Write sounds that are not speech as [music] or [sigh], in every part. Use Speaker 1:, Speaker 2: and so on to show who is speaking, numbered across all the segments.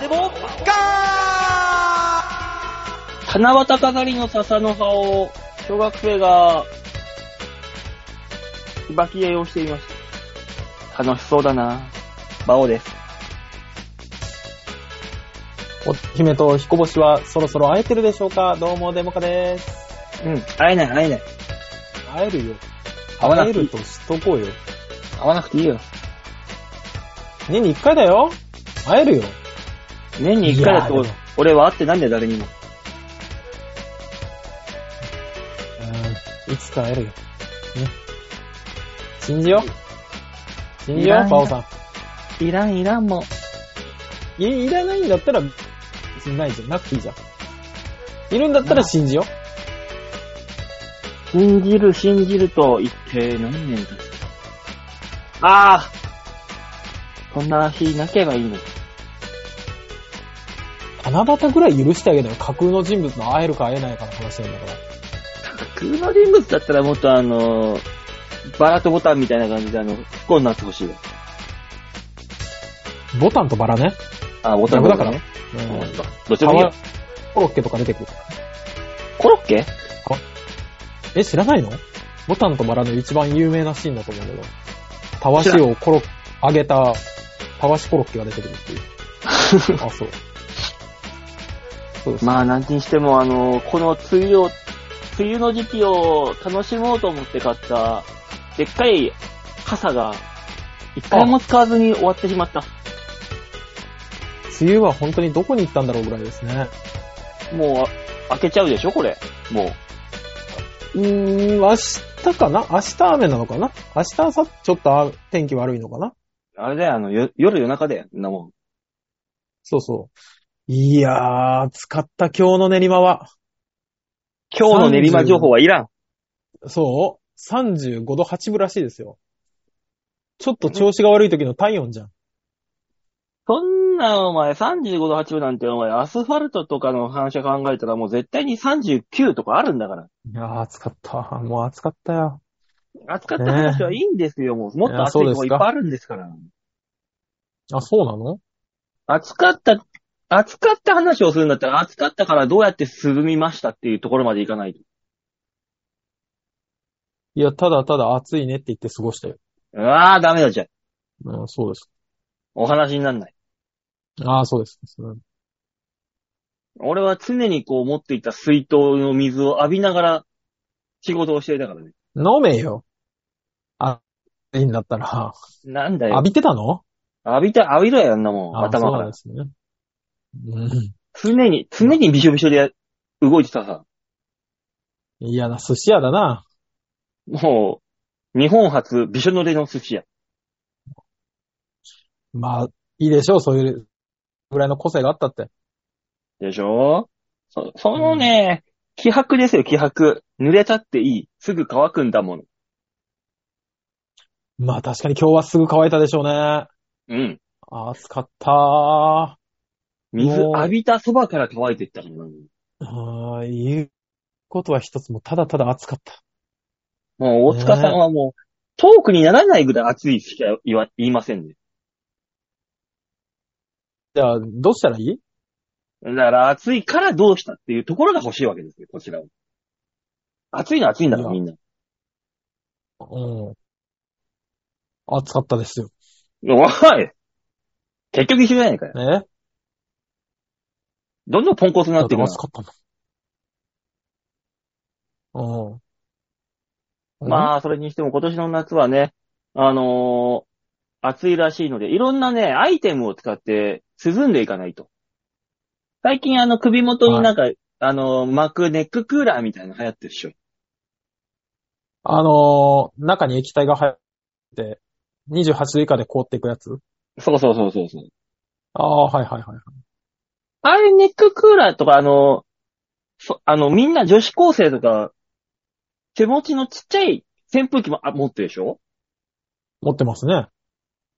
Speaker 1: でも、ガー七夕飾りの笹の葉を、小学生が、バキ合いをしていました。楽しそうだな。バオです。
Speaker 2: お姫と彦星はそろそろ会えてるでしょうかどうも、デモカです。
Speaker 1: うん、会えない会えない。
Speaker 2: 会えるよ。
Speaker 1: 会わな
Speaker 2: 会え
Speaker 1: くていい。
Speaker 2: るとしとこうよ。
Speaker 1: 会わなくていいよ。
Speaker 2: 年に一回だよ。会えるよ。
Speaker 1: 年に一回だ
Speaker 2: いや
Speaker 1: と
Speaker 2: でも、
Speaker 1: 俺は会ってないんだよ、誰にも。
Speaker 2: うん、いつか会えるよ。ね。信じよう。信じよう、
Speaker 1: いらんよ
Speaker 2: パオさ
Speaker 1: いらん、いらんもん。
Speaker 2: ん。い、いらないんだったら、別にないじゃん。なくていいじゃん。いるんだったら信じよ
Speaker 1: 信じる、信じると言って何年経つああそんな日なければいいの。
Speaker 2: う。七夕ぐらい許してあげなよ。架空の人物の会えるか会えないかの話なんだから。
Speaker 1: 架空の人物だったらもっとあの、バラとボタンみたいな感じであの、不幸になってほしいわ。
Speaker 2: ボタンとバラね。
Speaker 1: あ、ボタン
Speaker 2: 逆だから。
Speaker 1: ね。
Speaker 2: うん。
Speaker 1: うんどっちでもいいよ。
Speaker 2: コロッケとか出てくる。
Speaker 1: コロッケ
Speaker 2: え、知らないのボタンとバラの一番有名なシーンだと思うんだけど、たわしをコロッ、揚げた、たわしコロッケが出てくるっていう。
Speaker 1: [laughs]
Speaker 2: あ、そう。そうです。
Speaker 1: まあ、なんにしてもあの、この梅雨を、梅雨の時期を楽しもうと思って買った、でっかい傘が、一回も使わずに終わってしまった。
Speaker 2: 梅雨は本当にどこに行ったんだろうぐらいですね。
Speaker 1: もう、開けちゃうでしょ、これ。もう。
Speaker 2: うーん、明日かな明日雨なのかな明日朝ちょっとあ天気悪いのかな
Speaker 1: あれだよ、あの、よ夜夜中だよ、そんなもん。
Speaker 2: そうそう。いやー、使った今日の練馬は。
Speaker 1: 今日の練馬情報はいらん。
Speaker 2: そう。35度8分らしいですよ。ちょっと調子が悪い時の体温じゃん。
Speaker 1: そんなお前、35度8分なんてお前、アスファルトとかの反射考えたらもう絶対に39とかあるんだから。
Speaker 2: いやー、暑かった。もう暑かったよ。
Speaker 1: 暑かった話はいいんですよ、もう。もっと暑い
Speaker 2: いや
Speaker 1: と
Speaker 2: そ
Speaker 1: こい
Speaker 2: うで
Speaker 1: っ
Speaker 2: す
Speaker 1: ぱ
Speaker 2: か
Speaker 1: いあるんですから。
Speaker 2: あ、そうなの
Speaker 1: 暑かった、暑かった話をするんだったら、暑かったからどうやって涼みましたっていうところまでいかないと。
Speaker 2: いや、ただただ暑いねって言って過ごしたよ。
Speaker 1: ああ、ダメだじゃん。
Speaker 2: うん、そうです。
Speaker 1: お話になんない。
Speaker 2: ああ、そうです。うん
Speaker 1: 俺は常にこう持っていた水筒の水を浴びながら仕事をしていたからね。
Speaker 2: 飲めよ。あ、いいんだったら。
Speaker 1: なんだよ
Speaker 2: 浴。びてたの
Speaker 1: 浴びた、浴びろよ、あんなもん。
Speaker 2: あそ
Speaker 1: 頭か
Speaker 2: うなん
Speaker 1: ら
Speaker 2: で。すね。うん。
Speaker 1: 常に、常にびしょびしょでや動いてたさ。
Speaker 2: 嫌な、寿司屋だな。
Speaker 1: もう、日本初、びしょ濡れの寿司屋。
Speaker 2: まあ、いいでしょう、そういうぐらいの個性があったって。
Speaker 1: でしょそ、そのね、気迫ですよ、気迫。濡れたっていい。すぐ乾くんだもの。
Speaker 2: まあ確かに今日はすぐ乾いたでしょうね。
Speaker 1: うん。
Speaker 2: 暑かったー。
Speaker 1: 水
Speaker 2: もう
Speaker 1: 浴びたそばから乾いていったからな。
Speaker 2: ああ、言うことは一つも、ただただ暑かった。
Speaker 1: もう、大塚さんはもう、トークにならないぐらい暑いしか言わ、言いませんね。
Speaker 2: じゃあ、どうしたらいい
Speaker 1: だから、暑いからどうしたっていうところが欲しいわけですよ、こちらは。暑いのは暑いんだから、みんな。
Speaker 2: うん。暑かったですよ。
Speaker 1: おい結局一緒じゃないかよ。
Speaker 2: えだっ
Speaker 1: どんどんポンコツになって
Speaker 2: て
Speaker 1: いくな
Speaker 2: 暑かったもん。うん。
Speaker 1: まあ、それにしても今年の夏はね、あのー暑いらしいので、いろんなね、アイテムを使って涼んでいかないと。最近あの首元になんか、あのー巻くネッククーラーみたいなの流行ってるでしょ。
Speaker 2: あのー中に液体が入って、28度以下で凍っていくやつ
Speaker 1: そうそうそうそうそう。
Speaker 2: ああ、はいはいはい。
Speaker 1: あれネッククーラーとかあのーそあの、みんな女子高生とか、手持ちのちっちゃい扇風機もあ持ってるでしょ
Speaker 2: 持ってますね。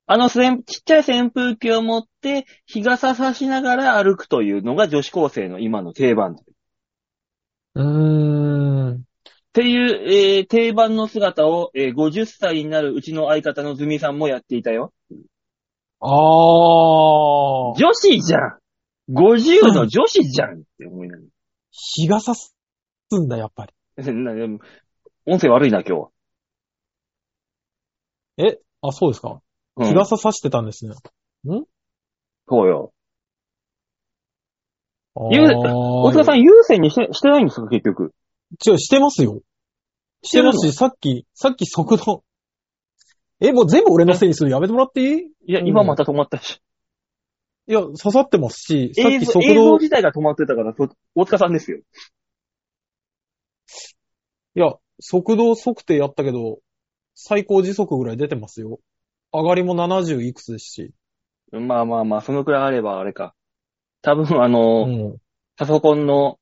Speaker 1: あのせんちっちゃい扇風機を持って、日傘差しながら歩くというのが女子高生の今の定番。
Speaker 2: うーん。
Speaker 1: っていう、えー定番の姿を、えー50歳になるうちの相方のズミさんもやっていたよ。
Speaker 2: ああ。
Speaker 1: 女子じゃん50の女子じゃんって思いなが
Speaker 2: 日が差すんだ、やっぱり。
Speaker 1: らなでも音声悪いな、今日は。
Speaker 2: えあ、そうですか。
Speaker 1: うん
Speaker 2: 日傘差してたんですね。
Speaker 1: そうよ。
Speaker 2: ゆ
Speaker 1: ゆ
Speaker 2: う
Speaker 1: う
Speaker 2: 大
Speaker 1: 大塚さん優先にして、してないんですか、結局。
Speaker 2: 違う、してますよ。してます
Speaker 1: して
Speaker 2: し、さっき、さっき速度。え、もう全部俺のせいにするのやめてもらっていい
Speaker 1: いや、
Speaker 2: うん
Speaker 1: 今また止まったし。
Speaker 2: いや、刺さってますし、さっ
Speaker 1: 映
Speaker 2: き
Speaker 1: 像
Speaker 2: 速
Speaker 1: 映像
Speaker 2: 度、い
Speaker 1: 自体が止まってたから、そ大塚さんですよ。
Speaker 2: や、速度測定やったけど、最高時速ぐらい出てますよ。上がりも70いくつですし。
Speaker 1: まあまあまあ、そのくらいあればあれか。多分、あのー
Speaker 2: うん。
Speaker 1: パソコンの、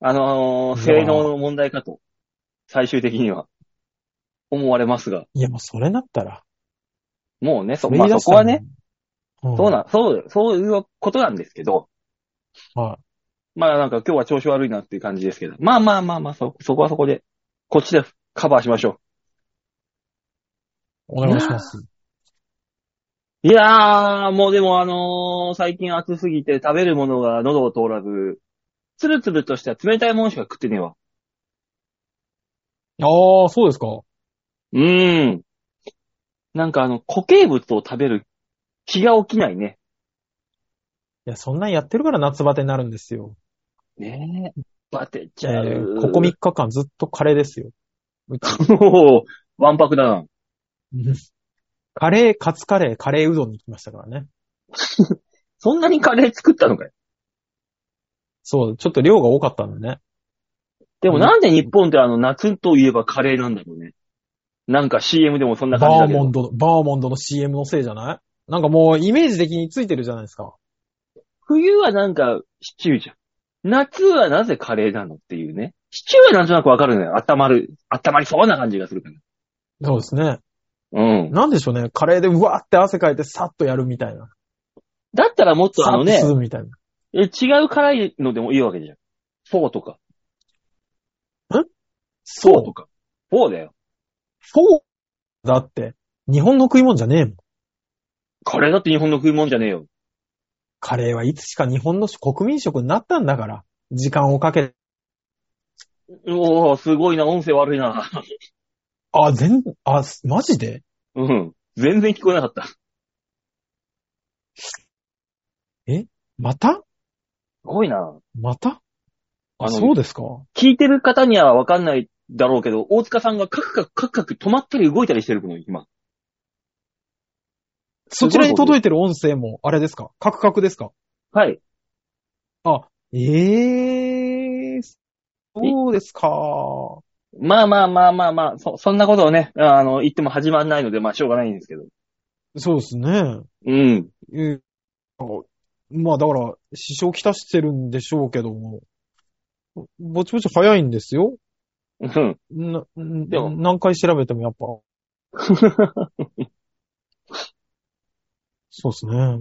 Speaker 1: あのー
Speaker 2: いや
Speaker 1: 性能の問題かと、最終的には、思われますが。
Speaker 2: いや、もうそれなったら。
Speaker 1: もうね、そ、
Speaker 2: れ
Speaker 1: まあ
Speaker 2: 言い
Speaker 1: そこ
Speaker 2: 出し
Speaker 1: は
Speaker 2: たら
Speaker 1: ね、。
Speaker 2: うん
Speaker 1: そうな、そう、そういうことなんですけど。
Speaker 2: は
Speaker 1: まあなんか今日は調子悪いなっていう感じですけど。まあまあまあまあ、そ、そこはそこで、こっちでカバーしましょ
Speaker 2: お願いします。 [laughs]
Speaker 1: う。いやー、もうでもあのー最近暑すぎて食べるものが喉を通らず、つるつるとした冷たいものしか食ってねえわ。
Speaker 2: ああ、そうですか。
Speaker 1: うーん。なんかあの、固形物を食べる気が起きないね。
Speaker 2: いや、そんなんやってるから夏バテになるんですよ。
Speaker 1: ねえ。バテち
Speaker 2: え
Speaker 1: ゃう。
Speaker 2: ーここ3日間ずっとカレーですよ。
Speaker 1: もう、 [laughs] わんぱくだな。
Speaker 2: カレー、カツカレー、カレーうどんに行きましたからね。
Speaker 1: そんなにカレー作ったのかよ。
Speaker 2: そう、ちょっと量が多かったんでね。
Speaker 1: でもなんで日本ってあの、夏といえばカレーなんだろうね。なんか CM でもそんな
Speaker 2: バ
Speaker 1: 感じだ
Speaker 2: ー
Speaker 1: けど。
Speaker 2: モンドの、バーモンドの CM のせいじゃないなんかもうイメージ的についてるじゃないですか。
Speaker 1: 冬はなんかシチューじゃん。夏はなぜカレーなのっていうね。シチューはなんとなくわかるのよ。温まる、温まりそうな感じがするか
Speaker 2: そうですね。
Speaker 1: ら。うん。
Speaker 2: なんでしょうね。カレーでうわーって汗かいてさっとやるみたいな。
Speaker 1: だったらもっとあ
Speaker 2: さ
Speaker 1: の
Speaker 2: っと
Speaker 1: ね
Speaker 2: す、るみたいな。
Speaker 1: え違う辛いのでもいいわけじゃん。フォーとか。
Speaker 2: そう
Speaker 1: フォーとか。フォーだよ。
Speaker 2: そう。だって、日本の食い物じゃねえもん。
Speaker 1: カレーだって日本の食い物じゃねえよ。
Speaker 2: カレーはいつしか日本の国民食になったんだから。時間をかけて。
Speaker 1: おー、すごいな、音声悪いな。 [laughs]
Speaker 2: あ、全、あ、マジで
Speaker 1: うん。全然聞こえなかった。す
Speaker 2: また
Speaker 1: ごいな。
Speaker 2: また
Speaker 1: あ
Speaker 2: あ、
Speaker 1: の
Speaker 2: そうですか
Speaker 1: 聞いてる方にはわかんないだろうけど、大塚さんがカクカクカクカク止まったり動いたりしてるの、今。
Speaker 2: そちらに届いてる音声も、あれですかカクカクですか
Speaker 1: はい。
Speaker 2: ええー、そうですか。
Speaker 1: まあまあまあまあまあ、そ、そんなことをね、あの、言っても始まんないので、まあしょうがないんですけど。
Speaker 2: そうですね。
Speaker 1: うん。
Speaker 2: えーまあだから、支障きたしてるんでしょうけども、ぼちぼち早いんですよ。
Speaker 1: うん。
Speaker 2: な、ん
Speaker 1: でも
Speaker 2: 何回調べてもやっぱ。 [laughs] そうですね。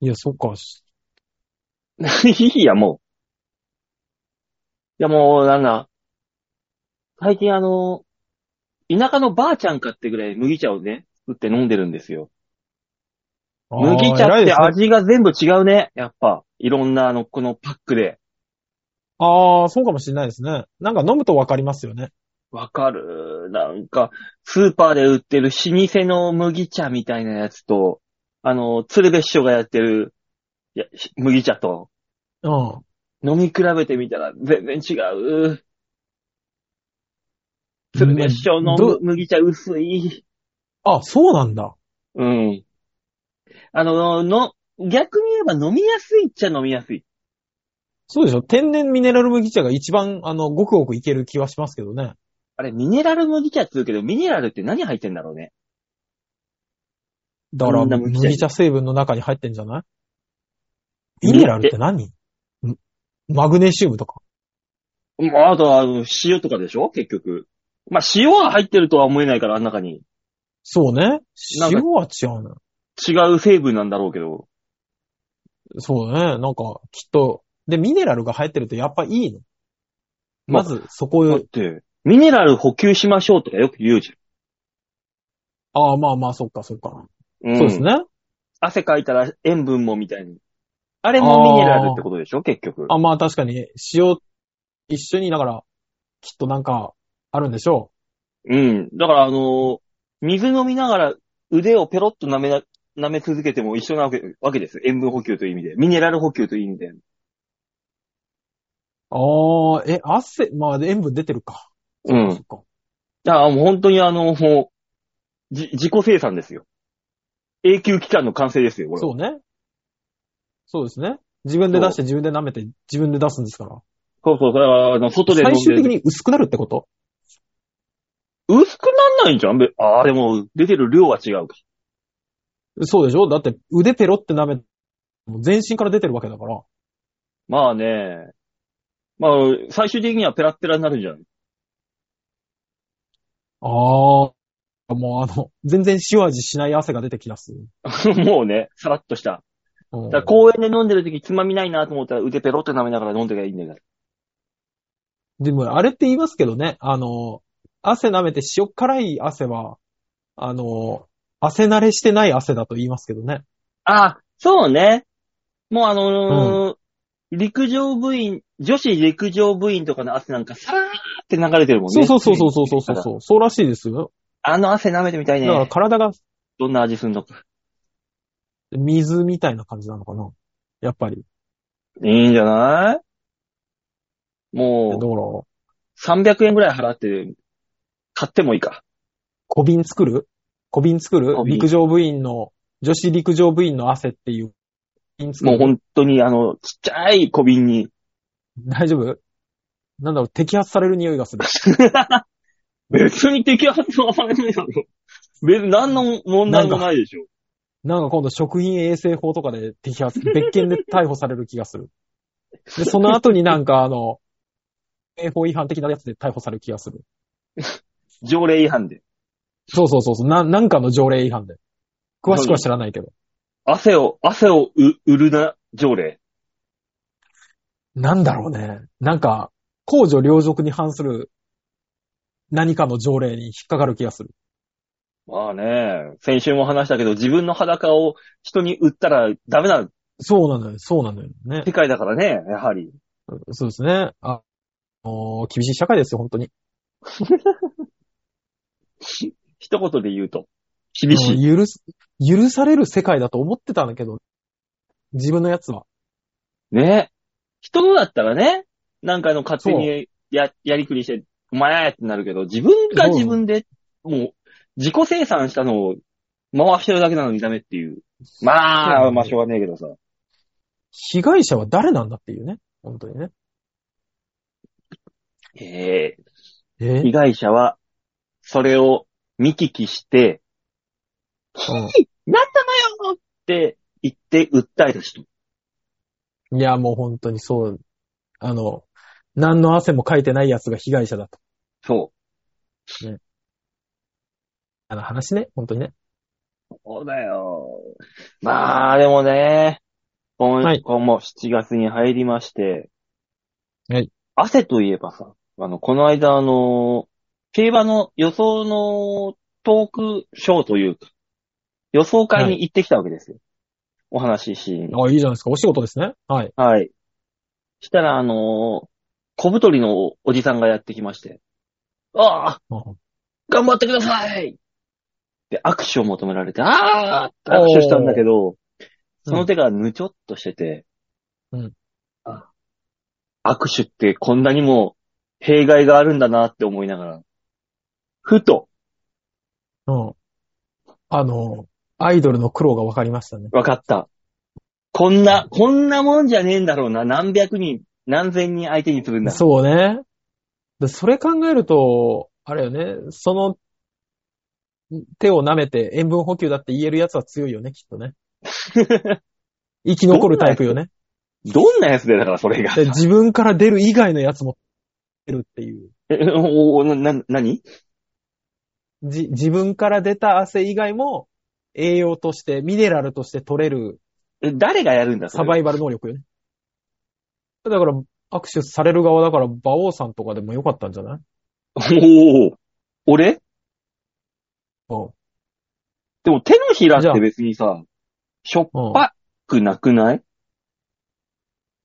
Speaker 2: いや、そっか。
Speaker 1: いいや、もう。いや、もう、なんだ。最近あの、田舎のばあちゃんかってぐらい麦茶をね、作って飲んでるんですよ。麦
Speaker 2: あー偉
Speaker 1: 茶
Speaker 2: い
Speaker 1: っ
Speaker 2: で
Speaker 1: て
Speaker 2: すね
Speaker 1: 味が全部違うね。やっぱ、いろんなあの、このパックで。
Speaker 2: ああ、そうかもしれないですね。なんか飲むとわかりますよね。
Speaker 1: わかる。なんか、スーパーで売ってる老舗の麦茶みたいなやつと、あの、鶴瓶師匠がやってる、いや、し麦茶と、
Speaker 2: うん。
Speaker 1: 飲み比べてみたら全然違う。鶴瓶師匠の
Speaker 2: ど
Speaker 1: む麦茶薄い。
Speaker 2: あ、そうなんだ。
Speaker 1: うん。あの、の、逆に言えば飲みやすいっちゃ飲みやすい。
Speaker 2: そうでしょ天然ミネラル麦茶が一番、あの、ごくごくいける気はしますけどね。
Speaker 1: あれ、ミネラル麦茶って言うけど、ミネラルって何入ってんだろうね。
Speaker 2: だから、
Speaker 1: みんな麦茶
Speaker 2: 麦茶成分の中に入ってんじゃないミネラルって何んマグネシウムとか。
Speaker 1: まあ、あとは、あの塩とかでしょ結局。まあ、塩は入ってるとは思えないから、あん中に。
Speaker 2: そうね。
Speaker 1: なんか
Speaker 2: 塩は違うの。
Speaker 1: 違う成分なんだろうけど。
Speaker 2: そうね。なんか、きっと。で、ミネラルが入ってるとやっぱいいの。まず、そこ
Speaker 1: だ
Speaker 2: よ
Speaker 1: っ。て、ミネラル補給しましょうとかよく言うじ
Speaker 2: ああ、まあまあ、そっか、そっか。
Speaker 1: ゃん。ん
Speaker 2: そうです。ね。
Speaker 1: 汗かいたら塩分もみたいに。あれもミネラルってことでしょ結局。
Speaker 2: あ、まあ確かに、塩、一緒に、だから、きっとなんか、あるんでしょ
Speaker 1: うん。だからあのー水飲みながら腕をペロッと舐めな、舐め続けても一緒なわけわけです。塩分補給という意味で。ミネラル補給という意味で。
Speaker 2: う。ああ、え、汗、まあ塩分出てるか。
Speaker 1: うん
Speaker 2: そっか。
Speaker 1: だからもう本当にあの、もう、じ、自己生産ですよ。永久期間の完成ですよ、これ。
Speaker 2: そうね。そうですね。自分で出して自分で舐めて自分で出すんですから。
Speaker 1: そうそう、だからあの、外で飲ん
Speaker 2: 最
Speaker 1: で
Speaker 2: 終
Speaker 1: る
Speaker 2: 的に薄くなるってこと
Speaker 1: 薄くなんないんじゃんべああ、でも、出てる量は違うか。
Speaker 2: そうでしょだって腕ペロって舐め、もう全身から出てるわけだから。
Speaker 1: まあね。まあ、最終的にはペラッペラになるんじゃない
Speaker 2: ああ、もうあの、全然塩味しない汗が出てきだす。
Speaker 1: [laughs] もうね、さらっとした。
Speaker 2: う
Speaker 1: だ
Speaker 2: ん
Speaker 1: から公園で飲んでる時つまみないなと思ったら腕ペロって舐めながら飲んでりゃいいんだよ。
Speaker 2: でも、あれって言いますけどね、あの、汗舐めて塩辛い汗は、あの、汗慣れしてない汗だと言いますけどね。
Speaker 1: あ、そうね。もうあのー陸上部員、女子陸上部員とかの汗なんかさらーって流れてるもん
Speaker 2: そ
Speaker 1: ね。
Speaker 2: うそうそうそうそうそうそうそう。そうらしいですよ。
Speaker 1: あの汗舐めてみたい
Speaker 2: だから
Speaker 1: ね。
Speaker 2: 体が
Speaker 1: どんな味すんのか。
Speaker 2: 水みたいな感じなのかな。やっぱり。
Speaker 1: いいんじゃない
Speaker 2: だか
Speaker 1: もう、
Speaker 2: ら、
Speaker 1: 300円ぐらい払って、買ってもいいか。
Speaker 2: 小瓶作る小瓶作る
Speaker 1: 小瓶
Speaker 2: 陸上部員の、女子陸上部員の汗っていう。瓶作
Speaker 1: もう
Speaker 2: る
Speaker 1: 本当にあの、ちっちゃい小瓶に。
Speaker 2: 大丈夫なんだろう、摘発される匂いがする。
Speaker 1: 別に摘発はされないだろ。別に何の問題もないでしょ。
Speaker 2: なんか今度食品衛生法とかで摘発、別件で逮捕される気が
Speaker 1: [laughs]
Speaker 2: する。で、その後になんかあの、衛法違反的なやつで逮捕される気がする。
Speaker 1: 条例違反で。
Speaker 2: そうそうそうそう、な、なんかの条例違反で。詳しくは知らないけど。
Speaker 1: 汗を、汗をう売るな条例。
Speaker 2: なんだろうね。なんか、公序良俗に反する何かの条例に引っかかる気がする。
Speaker 1: まあね、先週も話したけど、自分の裸を人に売ったらダメな
Speaker 2: そうなのよ、そうなのよね。
Speaker 1: 世界だからね、やはり。
Speaker 2: そうですね。あ、もう厳しい社会ですよ、本当に。
Speaker 1: 一言で言うと。厳しい。
Speaker 2: もう許す、許される世界だと思ってたんだけど、自分のやつは。
Speaker 1: ね。人のだったらね、なんかあの勝手にや、やりくりして、お前ってなるけど、自分が自分で、もう、自己生産したのを回してるだけなのにダメっていう。ま
Speaker 2: そ
Speaker 1: あ、
Speaker 2: う
Speaker 1: まあしょうがねえけどさ。
Speaker 2: 被害者は誰なんだっていうね。本当にね。
Speaker 1: え
Speaker 2: え
Speaker 1: ー被害者は、それを見聞きして、って言って訴えた人。
Speaker 2: いや、もう本当にそう。あの、何の汗もかいてない奴が被害者だと。
Speaker 1: そう。
Speaker 2: あの話ね、本当にね。
Speaker 1: そうだよ。まあ、でもね、今、
Speaker 2: はい
Speaker 1: 今も7月に入りまして、
Speaker 2: はい
Speaker 1: 汗といえばさ、あの、この間あの、競馬の予想のトークショーというか、予想会に行ってきたわけですよ。お話ししに。
Speaker 2: あいいじゃないですか。お仕事ですね。はい。
Speaker 1: はい。したら、あの小太りのおじさんがやってきまして、ああ、
Speaker 2: うん
Speaker 1: 頑張ってくださいで、握手を求められて、あーって握手したんだけど、その手がぬちょっとしてて、
Speaker 2: うん
Speaker 1: あ握手ってこんなにも弊害があるんだなって思いながら、ふと
Speaker 2: うん。あの、アイドルの苦労が分かりましたね。
Speaker 1: 分かった。こんな、こんなもんじゃねえんだろうな。何百人、何千人相手にするんだ。
Speaker 2: そうね。でそれ考えると、あれよね、その、手を舐めて塩分補給だって言える奴は強いよね、きっ
Speaker 1: [laughs]
Speaker 2: とね。生き残るタイプよね。
Speaker 1: どんなやつでだからそれが。
Speaker 2: で自分から出る以外のやつも出るっていう。
Speaker 1: え [laughs] おおな、な、何
Speaker 2: じ、自分から出た汗以外も栄養として、ミネラルとして取れる
Speaker 1: え誰がやるんだそ
Speaker 2: サ
Speaker 1: れ
Speaker 2: バイバル能力よね。だから、握手される側だから、馬王さんとかでもよかったんじゃない
Speaker 1: おー俺
Speaker 2: うん。
Speaker 1: でも手のひらっ
Speaker 2: じゃあ
Speaker 1: て別にさ、しょっ
Speaker 2: うん。
Speaker 1: ぱくなくない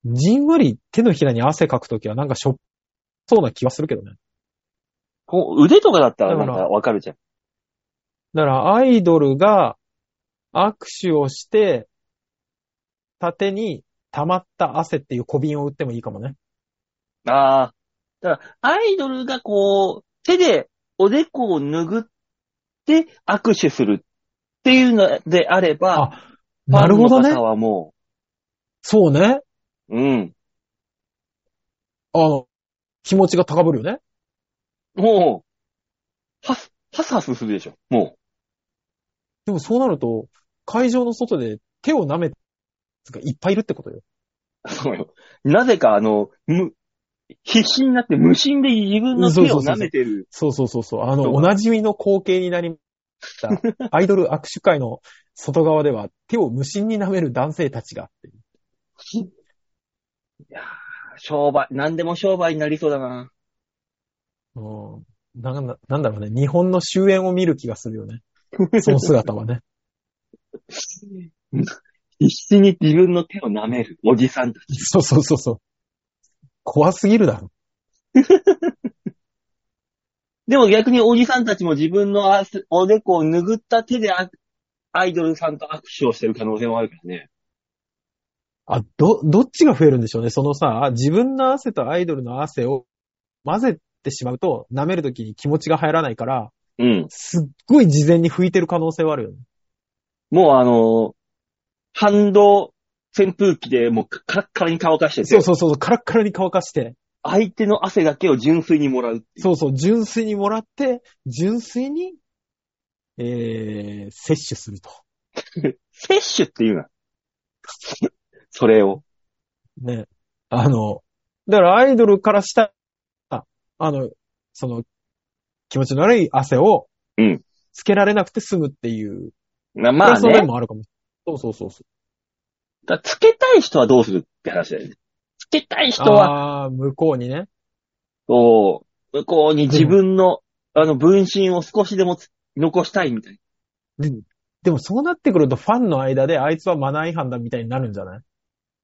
Speaker 2: じんわり手のひらに汗かくときはなんかしょっ、そうな気はするけどね。
Speaker 1: こう腕とかだったらなん
Speaker 2: だか
Speaker 1: からわかるじゃん。
Speaker 2: だからアイドルが握手をして、縦に溜まった汗っていう小瓶を売ってもいいかもね。
Speaker 1: ああ。だから、アイドルがこう、手でおでこを拭って握手するっていうのであれば、フ
Speaker 2: な
Speaker 1: ァ
Speaker 2: る
Speaker 1: ン
Speaker 2: ほ
Speaker 1: の
Speaker 2: どね
Speaker 1: 方。はも
Speaker 2: そうね。
Speaker 1: う、うん。
Speaker 2: あの、気持ちが高ぶるよね。
Speaker 1: もう、はす、はすはすするでしょ。も
Speaker 2: でもそうなると、会場の外で手を舐めて、がいっぱいいるってことよ。
Speaker 1: う。 [laughs] そうよ。なぜかあの、む、必死になって無心で自分の手
Speaker 2: そうそ
Speaker 1: を
Speaker 2: うそうそう
Speaker 1: 舐めてる。
Speaker 2: そうそうそうそう。あ
Speaker 1: そ
Speaker 2: の、
Speaker 1: うだ
Speaker 2: お馴染みの光景になりま
Speaker 1: [laughs]
Speaker 2: した。アイドル握手会の外側では手を無心に舐める男性たちがっていう。
Speaker 1: いやー商売、何でも商売になりそうだな。
Speaker 2: うん。なんだなんだろうね。日本の終焉を見る気がするよ
Speaker 1: [laughs]
Speaker 2: ね。その姿はね。
Speaker 1: [laughs] 必死に自分の手を舐めるおじさんたち。
Speaker 2: そうそうそうそう。怖すぎるだろ。
Speaker 1: でも逆におじさんたちも自分のあすおでこを拭った手であアイドルさんと握手をしてる可能性もあるからね。
Speaker 2: あ、ど、どっちが増えるんでしょうね。そのさ、自分の汗とアイドルの汗を混ぜてしまうと、舐めるときに気持ちが入らないから、
Speaker 1: うん。
Speaker 2: すっごい事前に拭いてる可能性はあるよね。
Speaker 1: もうあのーハンド扇風機でもうカラッカラに乾かしてて、
Speaker 2: そうそうそうそう、カラッカラに乾かして、
Speaker 1: 相手の汗だけを純粋にもらうっていう。
Speaker 2: そうそう、純粋にもらって、純粋に、えー、摂取すると。
Speaker 1: 摂取っていうな。それを。
Speaker 2: ね。あの、だからアイドルからしたら、あの、その、気持ちの悪い汗を、
Speaker 1: うん
Speaker 2: つけられなくて済むっていう、
Speaker 1: なまあ
Speaker 2: そういう面
Speaker 1: ね。
Speaker 2: もあるかも。そうそうそうそう。
Speaker 1: だつけたい人はどうするって話だよね。つけたい人は
Speaker 2: ああー、向こうにね。
Speaker 1: そう、向こうに自分の、あの、分身を少しでもつ残したいみたい
Speaker 2: でもそうなってくるとファンの間であいつはマナー違反だみたいになるんじゃない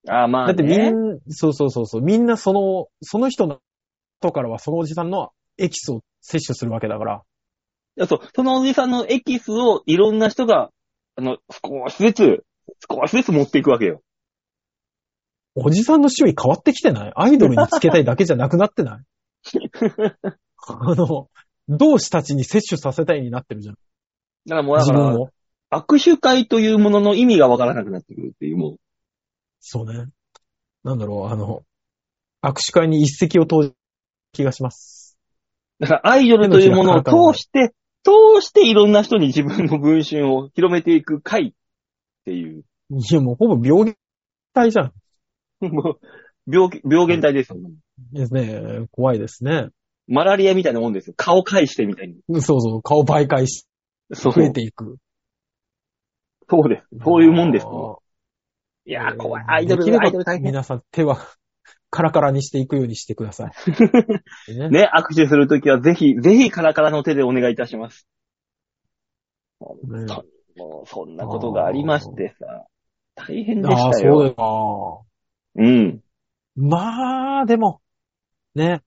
Speaker 1: な。ああ、まあ、
Speaker 2: だ
Speaker 1: ね。
Speaker 2: ってみん、そうそうそうそう、みんなその、その人の後からはそのおじさんのエキスを摂取するわけだから。
Speaker 1: いやそう、そのおじさんのエキスをいろんな人が、あの、少しずつ、少しずつ持っていくわけよ。 [laughs]
Speaker 2: おじさんの趣味変わってきてないアイドルにつけたいだけじゃなくなって
Speaker 1: [laughs]
Speaker 2: ないあの、同志たちに摂取させたいになってるじゃん。
Speaker 1: だからもう、だ
Speaker 2: 自
Speaker 1: か
Speaker 2: 分
Speaker 1: ら、
Speaker 2: も。
Speaker 1: 握手会というものの意味がわからなくなってくるっていう、も
Speaker 2: そうね。なんだろう、あの、握手会に一石を投じた気がします。
Speaker 1: う。だから、アイドルというもの
Speaker 2: 手のひらから
Speaker 1: を
Speaker 2: か
Speaker 1: 通して、通していろんな人に自分の分身を広めていく会っていう、
Speaker 2: いや、もうほぼ病原体じゃん。
Speaker 1: もう、病気、病原体ですよ。
Speaker 2: ですね。怖いですね。
Speaker 1: マラリアみたいなもんですよ。顔返してみたいに。
Speaker 2: そうそう、顔媒介し、
Speaker 1: そう。
Speaker 2: 増えていく。
Speaker 1: そうです。そういうもんですよ。い
Speaker 2: い
Speaker 1: やー、怖い。アイドル、
Speaker 2: できれば
Speaker 1: アイドル大変。
Speaker 2: 皆さん手はカラカラにしていくようにしてくださ
Speaker 1: [laughs]
Speaker 2: い。ね
Speaker 1: ね、握手するときはぜひ、ぜひカラカラの手でお願いいたします。
Speaker 2: ね
Speaker 1: もう、そんなことがありましてさ、大変で
Speaker 2: ああ、
Speaker 1: した
Speaker 2: そうだ
Speaker 1: よ。
Speaker 2: よな。
Speaker 1: うん。
Speaker 2: まあ、でも、ね、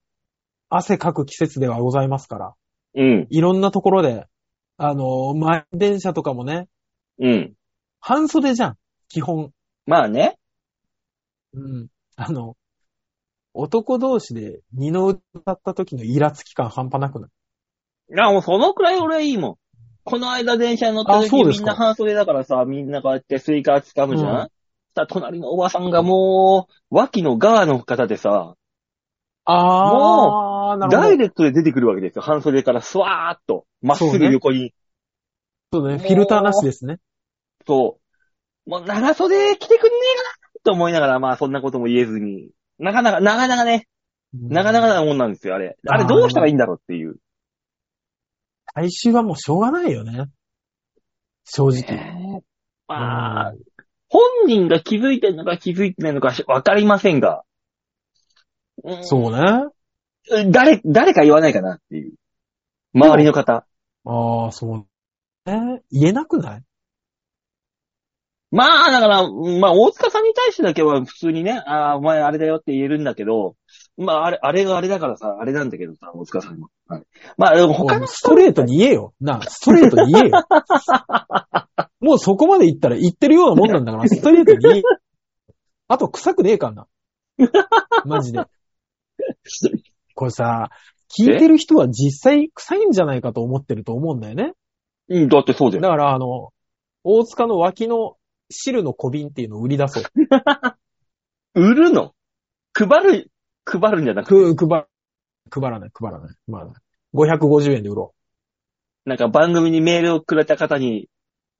Speaker 2: 汗かく季節ではございますから、
Speaker 1: うん。
Speaker 2: いろんなところで、あの、満員電車とかもね、
Speaker 1: うん。
Speaker 2: 半袖じゃん、基本。
Speaker 1: まあね。
Speaker 2: うん。あの、男同士で二の腕だった時のイラつき感半端なくない。
Speaker 1: いや、もうそのくらい俺はいいもん。この間電車に乗った
Speaker 2: あそ
Speaker 1: 時
Speaker 2: うです
Speaker 1: みん
Speaker 2: か
Speaker 1: な半袖だからさ、みんなこうやってスイカ掴むじゃん、
Speaker 2: うん
Speaker 1: さ、隣のおばさんがもう、脇の側の方でさ、
Speaker 2: ああ、なる
Speaker 1: ダ
Speaker 2: ほ
Speaker 1: イレクトで出てくるわけですよ。半袖からスワーっと、まっすぐ横に。
Speaker 2: ど。そうね、フィルターなしですね。
Speaker 1: そう。もう長袖着てくんねえかなと思いながら、まあそんなことも言えずに。なかなか、なかなかね、なかなか
Speaker 2: うん
Speaker 1: なもんなんですよ、あれ。あ
Speaker 2: あ
Speaker 1: れ
Speaker 2: ー
Speaker 1: どうしたらいいんだろうっていう。
Speaker 2: 大衆はもうしょうがないよね。正直。
Speaker 1: まあ、本人が気づいてるのか気づいてないのかしわかりませんが。うん
Speaker 2: そうね。
Speaker 1: 誰、誰か言わないかなっていう。周りの方。
Speaker 2: ああ、そう。えー言えなくない
Speaker 1: まあ、だから、まあ、大塚さんに対してだけは普通にね、ああ、お前あれだよって言えるんだけど、まあ、あれ、あれがあれだからさ、あれなんだけどさ、大塚さんは。はい、まあ、でも他
Speaker 2: も
Speaker 1: の
Speaker 2: うストレートに言えよ。なあ、ストレートに言
Speaker 1: [laughs]
Speaker 2: えよ。もうそこまで言ったら言ってるようなもんなんだから、ストレートに言えよ。あと、臭くねえかんな。マジで。これさ、聞いてる人は実際臭いんじゃないかと思ってると思うんだよね。
Speaker 1: うん、だってそうだ
Speaker 2: だ
Speaker 1: よ。
Speaker 2: から、あの、大塚の脇の汁の小瓶っていうのを売り出そう。
Speaker 1: 売るの配る、配るんじゃなくて、
Speaker 2: く、配、配らない、配らない。まあ、550円で売ろ
Speaker 1: なんか番組にメールをくれた方に、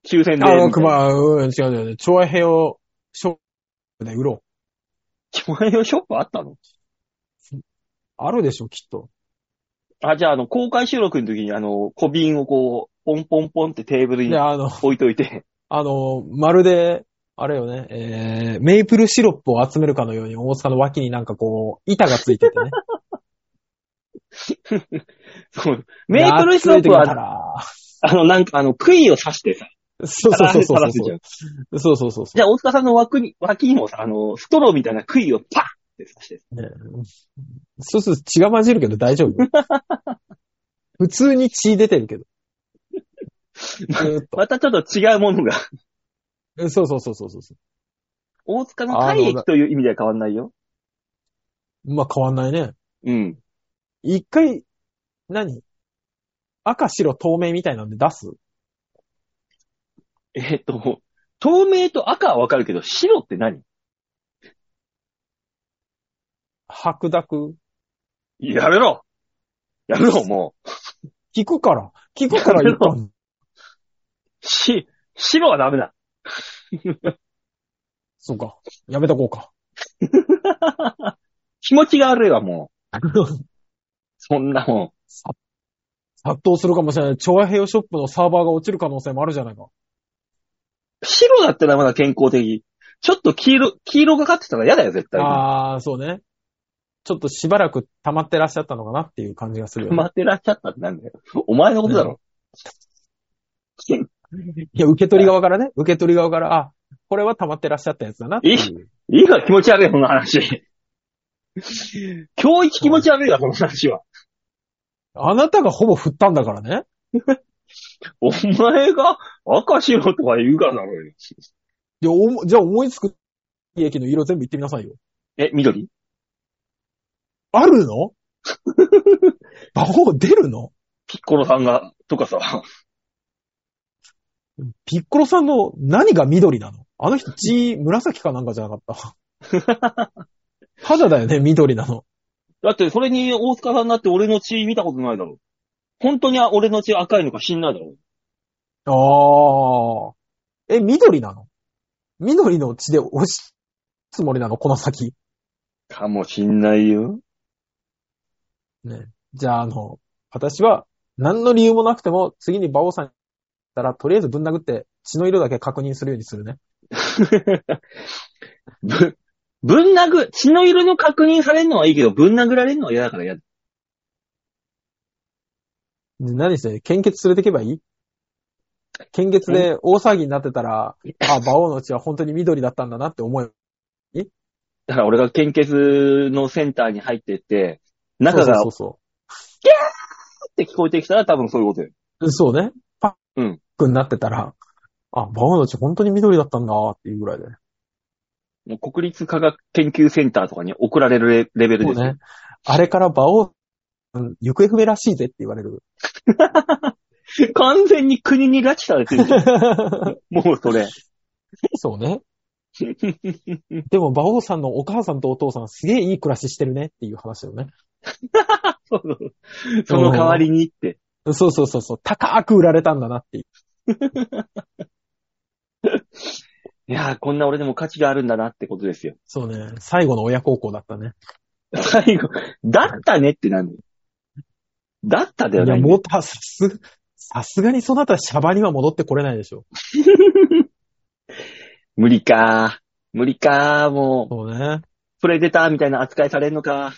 Speaker 1: 抽選
Speaker 2: う。
Speaker 1: で。
Speaker 2: ああ、
Speaker 1: みたい
Speaker 2: 配
Speaker 1: な
Speaker 2: ら、うん、違う違う違う。調和平を、商で売ろう。
Speaker 1: お前のショップあったの
Speaker 2: あるでしょ、きっと。
Speaker 1: あ、じゃあ、あの、公開収録の時に、あの、小瓶をこう、ポンポンポンってテーブルに
Speaker 2: で、あの、
Speaker 1: 置いといて、
Speaker 2: あの、まるで、あれよね、えー、メイプルシロップを集めるかのように大塚の脇になんかこう、板がついててね。
Speaker 1: そう [laughs] メープルシロップ
Speaker 2: で暑い時
Speaker 1: は、
Speaker 2: だから
Speaker 1: あの、なんか、あの、杭を刺してさ、
Speaker 2: そうそうそうそう
Speaker 1: 垂らすじゃん
Speaker 2: そうそうそうそう。
Speaker 1: じゃあ、大塚さんの枠に、脇にもさ、あの、ストローみたいな杭をパッって刺して。
Speaker 2: ねそうすると血が混じるけど大
Speaker 1: [laughs]
Speaker 2: 丈夫普通に血出てるけど。ずーっと
Speaker 1: またちょっと違うものが、
Speaker 2: うんそうそうそうそうそう。
Speaker 1: 大塚の体液という意味では変わんないよ。
Speaker 2: まあ変わんないね。
Speaker 1: うん。
Speaker 2: 一回、何赤白透明みたいなんで出す
Speaker 1: えーっと、透明と赤はわかるけど、白って何
Speaker 2: 白濁
Speaker 1: やめろやめろ、もう。
Speaker 2: 聞くから聞くから言ったの
Speaker 1: し、白はダメだ。
Speaker 2: そうか。やめとこう [laughs] か。
Speaker 1: 気持ちが悪いわ、もう。そんなもん。
Speaker 2: 殺到するかもしれない。調和平和ショップのサーバーが落ちる可能性もあるじゃないか。
Speaker 1: 白だったらまだ健康的。ちょっと黄色、黄色がかってたら嫌だよ、絶対。
Speaker 2: あー、そうね。ちょっとしばらく溜まってらっしゃったのかなっていう感じがするよね、
Speaker 1: 待ってらっしゃったってなんだよ。お前のことだろ。
Speaker 2: いや、受け取り側からね。受け取り側から、あ、これは溜まってらっしゃったやつだなっていう。
Speaker 1: いいから気持ち悪い、この話。教育気持ち悪いわ、この話は。
Speaker 2: あなたがほぼ振ったんだからね。
Speaker 1: お前が赤白とか言うからだろうよ。
Speaker 2: いやおもじゃあ思いつく利益の色全部言ってみなさいよ。
Speaker 1: え、緑
Speaker 2: ある [laughs] の魔法出るの
Speaker 1: ピッコロさんが、とかさ。
Speaker 2: ピッコロさんの何が緑なのあの人血紫かなんかじゃなかった。肌だよね、緑なの。
Speaker 1: だって、それに大塚さんだって俺の血見たことないだろ。本当に俺の血赤いのか死んないだろ。
Speaker 2: ああ。え、緑なの緑の血で押すつもりなのこの先。
Speaker 1: かもしんないよ。
Speaker 2: ね。じゃあ、あの、私は何の理由もなくても次に馬王さんに会ったらとりあえずぶん殴って血の色だけ確認するようにするね。
Speaker 1: ぶ、ぶん殴、血の色の確認されるのはいいけど、ぶん殴られるのは嫌だから嫌だ。
Speaker 2: で何して、献血連れてけばいい献血で大騒ぎになってたら、あ、馬王の血は本当に緑だったんだなって思え
Speaker 1: だから俺が献血のセンターに入ってって、中が
Speaker 2: そうそうそうそう。
Speaker 1: って聞こえてきたら多分そういうことよ。
Speaker 2: そうね。パ
Speaker 1: う
Speaker 2: ッ
Speaker 1: ん
Speaker 2: クになってたら、あ、バウンドチ本当に緑だったんだっていうぐらいで。
Speaker 1: もう国立科学研究センターとかに送られるレレベル
Speaker 2: そ
Speaker 1: で
Speaker 2: う
Speaker 1: すよ。
Speaker 2: ね。あれから馬王、うん行方不明らしいぜって言われる。
Speaker 1: [laughs] 完全に国に拉致されてる [laughs] じゃん。もうそれ。
Speaker 2: そうね。でも馬王さんのお母さんとお父さんすげえいい暮らししてるねっていう話をね。
Speaker 1: そうそうその代わりにって。
Speaker 2: そうそうそうそう。高く売られたんだなっていう。
Speaker 1: いやー、こんな俺でも価値があるんだなってことですよ。
Speaker 2: そうね。最後の親孝行だったね。
Speaker 1: 最後、だったねってなんだよ。だった
Speaker 2: い
Speaker 1: だよ
Speaker 2: や、
Speaker 1: ね。
Speaker 2: もうた、さす、さすがにその後はシャバには戻ってこれないでしょ。
Speaker 1: 無理かー。無理かー、もう。
Speaker 2: そうね。
Speaker 1: プレデターみたいな扱いされるのか。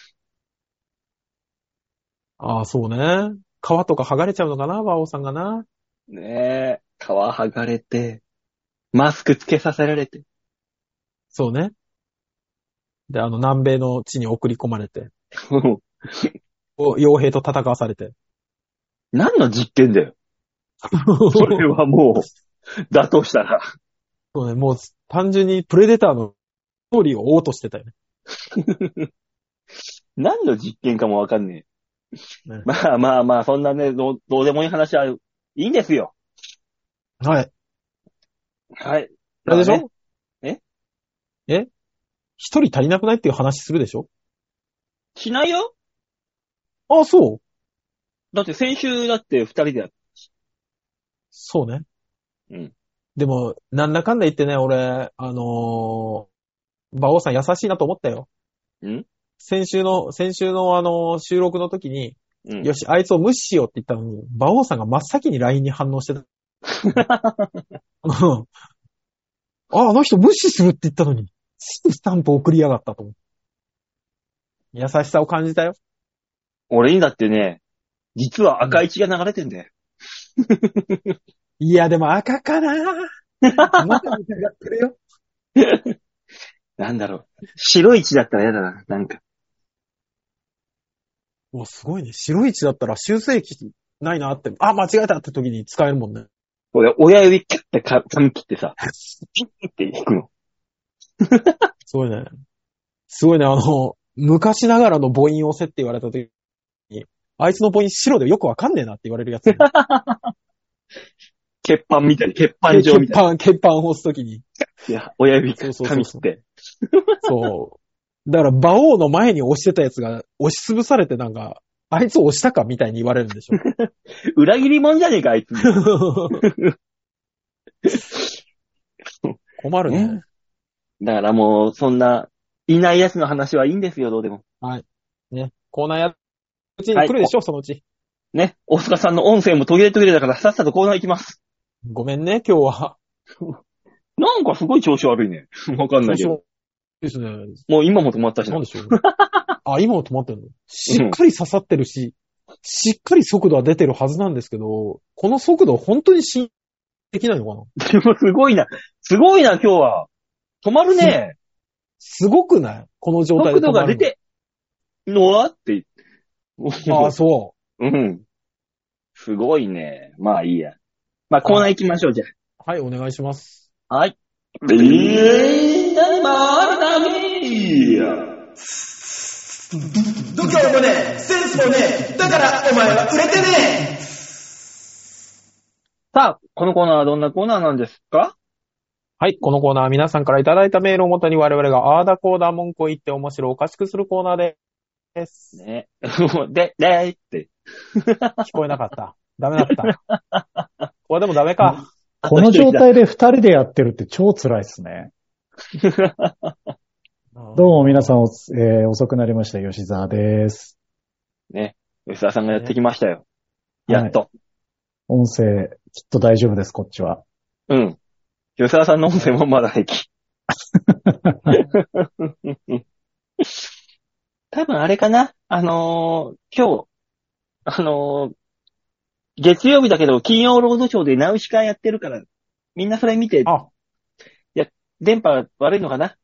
Speaker 2: ああ、そうね。皮とか剥がれちゃうのかな馬王さんがな。
Speaker 1: ねえ、皮剥がれて。マスクつけさせられて。
Speaker 2: そうね。で、あの、南米の地に送り込まれて、
Speaker 1: もう
Speaker 2: お傭兵と戦わされて。
Speaker 1: 何の実験だよ。それはもう、だとしたら。
Speaker 2: そうね、もう単純にプレデターのストーリーを追おうとしてたよね。
Speaker 1: 何の実験かもわかんねえ。
Speaker 2: ね
Speaker 1: まあまあまあ、そんなね、どうどうでもいい話は、いいんですよ。
Speaker 2: はい。
Speaker 1: はい。
Speaker 2: あれでし
Speaker 1: まあね
Speaker 2: ょえ一人足りなくないっていう話するでしょ
Speaker 1: しないよ
Speaker 2: ああ、そう
Speaker 1: だって先週だって二人でやっ
Speaker 2: そうね。
Speaker 1: うん。
Speaker 2: でも、なんだかんだ言ってね、俺、あのー、馬王さん優しいなと思ったよ。
Speaker 1: ん
Speaker 2: 先週の、先週のあのー収録の時に、
Speaker 1: うん。
Speaker 2: よし、あいつを無視しようって言ったのに、馬王さんが真っ先に LINE に反応して
Speaker 1: [laughs]
Speaker 2: た。うんあ、あの人無視するって言ったのに、すぐスタンプ送りやがったと思う。優しさを感じたよ。
Speaker 1: 俺にだってね、実は赤い血が流れてんだよ。
Speaker 2: いや、でも赤かな
Speaker 1: [laughs]
Speaker 2: まだ疑ってるよ。
Speaker 1: なんだろう。白い血だったら嫌だな、なんか。
Speaker 2: うわ、すごいね。白い血だったら修正器ないなって、あ、間違えたって時に使えるもんね。
Speaker 1: 俺、親指キュッてか髪切ってさ、ピッて引くの。
Speaker 2: すごいね。すごいね、あの、昔ながらの母音をせって言われた時に、あいつの母音白でよくわかんねえなって言われるやつ、ね。
Speaker 1: 血板みたいに、血板状みたい
Speaker 2: 板、血板を押す時に。
Speaker 1: に。いや、親指
Speaker 2: そ
Speaker 1: 髪
Speaker 2: う
Speaker 1: 切
Speaker 2: そうそうそう
Speaker 1: って。
Speaker 2: そう。だから、馬王の前に押してたやつが押し潰されてなんか、あいつ押したかみたいに言われるんでしょ。
Speaker 1: 裏切り者じゃねえか、あいつ。
Speaker 2: 困るね。
Speaker 1: ねだからもう、そんな、いない奴の話はいいんですよ、どうでも。
Speaker 2: ね。コーナーやるうちに来るでしょ、そのうち。
Speaker 1: ね、大塚さんの音声も途切れ途切れだから、さっさとコーナー行きます。
Speaker 2: ごめんね、今日は。
Speaker 1: なんかすごい調子悪いね。 [laughs] わかんないけど。
Speaker 2: ですね。
Speaker 1: もう今も止まったし
Speaker 2: な。
Speaker 1: なん
Speaker 2: でしょ [laughs] う。あ、今も止まってるのしっかり刺さってるし、しっかり速度は出てるはずなんですけど、この速度本当に信用できないのかな
Speaker 1: でも [laughs] すごいな。すごいな、今日は。止まるね。
Speaker 2: すごくないこの状態
Speaker 1: 速
Speaker 2: で止
Speaker 1: 度
Speaker 2: ま
Speaker 1: が
Speaker 2: る
Speaker 1: 出。
Speaker 2: の
Speaker 1: て、のはって。
Speaker 2: ああ、そ
Speaker 1: [laughs]
Speaker 2: う。
Speaker 1: うん。すごいね。まあいいや。まあコーナー行きましょう、じゃ
Speaker 2: はい、お願いします。
Speaker 1: あ。はい。ビーダマーダミー
Speaker 3: 度胸もねえセンスもねえだからお前は売れてねえ
Speaker 1: さあ、このコーナーはどんなコーナーなんですか
Speaker 2: はい、このコーナーは皆さんからいただいたメールをもとに我々があーだこーだ文句を言って面白おかしくするコーナーです。
Speaker 1: ね。 [laughs] で、でー [laughs] って。
Speaker 2: 聞こえなかった。ダメだった。 [laughs] これでもダメか。
Speaker 4: この状態で二人でやってるって超辛いですね。どうも皆さんお、えー遅くなりました。吉沢です。
Speaker 1: 吉沢さんがやってきましたよ。やっと。
Speaker 4: 音声、きっと大丈夫です、こっちは。
Speaker 1: うん。吉沢さんの音声もまだ平気。多分あれかなあのー今日、あのー月曜日だけど、金曜ロードショーでナウシカやってるから、みんなそれ見て、
Speaker 2: あ
Speaker 1: 電波悪いのかな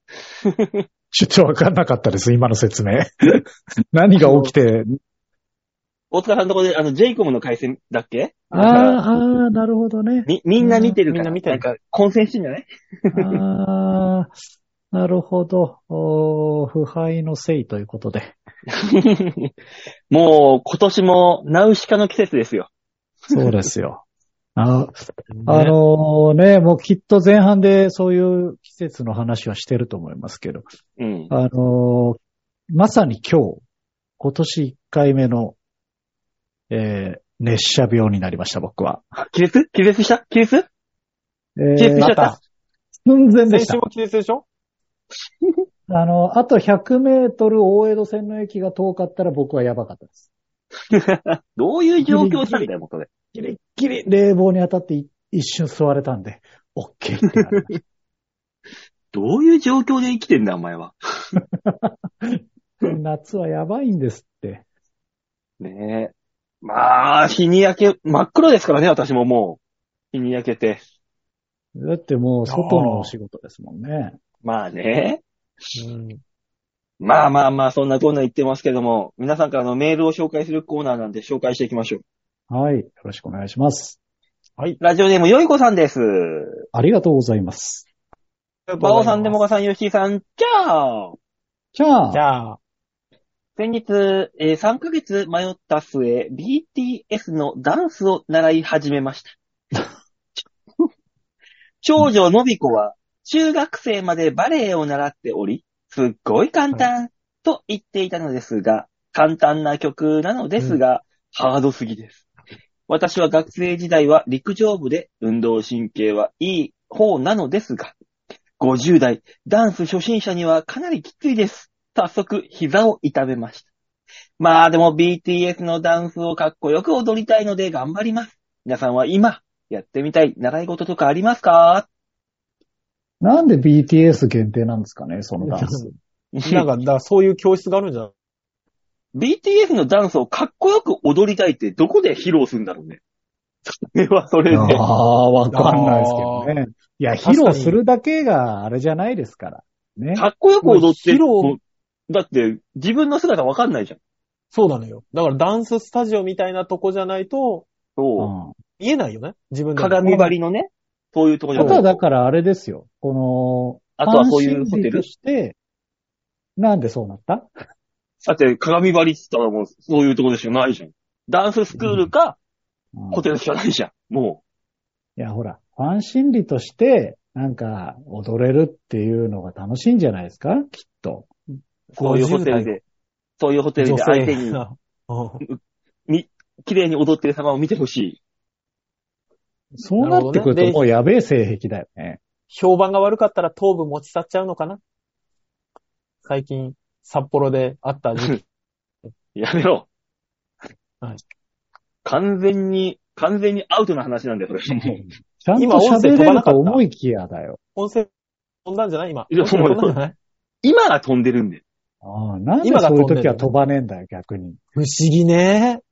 Speaker 4: ちょっとわかんなかったです、今の説明。 [laughs] 何が起きて。
Speaker 1: 大塚さんのとこで、あの、ジェイコムの回線だっけ
Speaker 4: ああ、あーなるほどね。
Speaker 1: み、みんな見てるから。
Speaker 2: みんな見て
Speaker 1: な
Speaker 2: る
Speaker 1: んか、混戦してんじゃない
Speaker 4: ああ、なるほど。おー腐敗のせいということで。
Speaker 1: [laughs] もう、今年も、ナウシカの季節ですよ。
Speaker 4: そうですよ。 [laughs] ああ
Speaker 2: ね
Speaker 4: のーね、もうきっと前半でそういう季節の話はしてると思いますけど。
Speaker 1: うん。
Speaker 4: あのーまさに今日、今年1回目の、えー熱射病になりました、僕は。
Speaker 1: あ気絶気絶した気絶
Speaker 4: え
Speaker 1: 気絶し
Speaker 4: ー
Speaker 1: ちゃ
Speaker 2: ま
Speaker 1: ったた。
Speaker 4: 寸前
Speaker 2: 先
Speaker 4: でし
Speaker 2: 週
Speaker 4: た
Speaker 2: も。季節でしょ
Speaker 4: あの、あと100メートル大江戸線の駅が遠かったら僕はやばかったです。
Speaker 1: どういう状況なんだよ、元で。
Speaker 4: ギリッギリ冷房に当たってい一瞬座れたんで、オッケーってなりまし
Speaker 1: どういう状況で生きてんだ、お前は。
Speaker 4: た [laughs] 夏はやばいんですって。
Speaker 1: ねえ。まあ、日に焼け、真っ黒ですからね、私ももう。日に焼けて。
Speaker 4: だってもう外のお仕事ですもんね。
Speaker 1: まあね。
Speaker 2: うん。
Speaker 1: まあまあまあ、そんなコーナー言ってますけども、皆さんからのメールを紹介するコーナーなんで紹介していきましょう。
Speaker 4: はい。よろしくお願いします。
Speaker 1: ラジオネーム、よいこさんです。
Speaker 4: ありがとうございます。
Speaker 1: バオさん、デモカさん、ヨッシーさん、キャー
Speaker 4: じゃあ
Speaker 2: じ、ゃあ、
Speaker 1: 先日、えー3ヶ月迷った末、BTS のダンスを習い始めました。長女のびこは、中学生までバレエを習っており、すっごい簡単と言っていたのですが、簡単な曲なのですが、ハードすぎです。私は学生時代は陸上部で運動神経はいい方なのですが、50代、ダンス初心者にはかなりきついです。早速、膝を痛めました。まあでも BTS のダンスをかっこよく踊りたいので頑張ります。皆さんは今、やってみたい習い事とかありますか
Speaker 4: なんで BTS 限定なんですかね、そのダンス。
Speaker 2: [laughs] な
Speaker 1: [laughs]
Speaker 2: んか、だからそういう教室があるんじゃない
Speaker 1: BTS のダンスをかっこよく踊りたいってどこで披露するんだろうね。それはそれで。
Speaker 4: ああ、わかんないですけどね。いや、披露するだけがあれじゃないですから。ね。
Speaker 1: かっこよく踊って、
Speaker 2: 披露
Speaker 1: もうだって自分の姿わかんないじゃん。
Speaker 2: そうなのよ。だからダンススタジオみたいなとこじゃないと、
Speaker 1: そう。
Speaker 4: う
Speaker 2: 見えないよね。自分でも。
Speaker 1: 鏡張りのね、そういうとこ
Speaker 4: ん、
Speaker 1: じゃ
Speaker 4: あとは
Speaker 1: ない
Speaker 4: だからあれですよ。この、
Speaker 1: あとはそういうホテ
Speaker 4: ファン心理と
Speaker 1: ル
Speaker 4: して、なんでそうなった
Speaker 1: だって鏡張りって言ったらもうそういうとこでしかないじゃん。ダンススクールか
Speaker 4: うん
Speaker 1: ホテルしかないじゃん。もう。
Speaker 4: いや、ほら、ファン心理として、なんか、踊れるっていうのが楽しいんじゃないですかきっと。
Speaker 1: そういうホテルで、そういうホテル
Speaker 2: 女
Speaker 1: で相
Speaker 2: 性
Speaker 1: 手に
Speaker 2: がうん
Speaker 1: 綺麗に踊ってる様を見てほしい。
Speaker 4: そうなって
Speaker 2: な
Speaker 4: くると、
Speaker 2: るほどねで
Speaker 4: もうやべえ性癖だよね。
Speaker 2: [laughs] 評判が悪かったら頭部持ち去っちゃうのかな最近、札幌であった時期。
Speaker 1: やめろ。
Speaker 2: はい
Speaker 1: 完全に、完全にアウトな話なんだよ、これ。 [laughs]
Speaker 4: ちゃんと
Speaker 2: 今音声
Speaker 4: 喋
Speaker 2: 飛
Speaker 4: れ
Speaker 2: ば
Speaker 4: る
Speaker 2: な
Speaker 4: と
Speaker 2: かった
Speaker 4: 思いきやだよ。
Speaker 2: 音声飛んだんじゃない今。
Speaker 1: いや
Speaker 2: 音声飛んだんじゃない
Speaker 1: 今が飛んでるんで。
Speaker 4: ああなんで
Speaker 2: 今が
Speaker 4: そう
Speaker 2: 飛ん
Speaker 4: いう
Speaker 2: でる
Speaker 4: 時は飛ばねえんだよ、逆に。
Speaker 2: 不思議ね。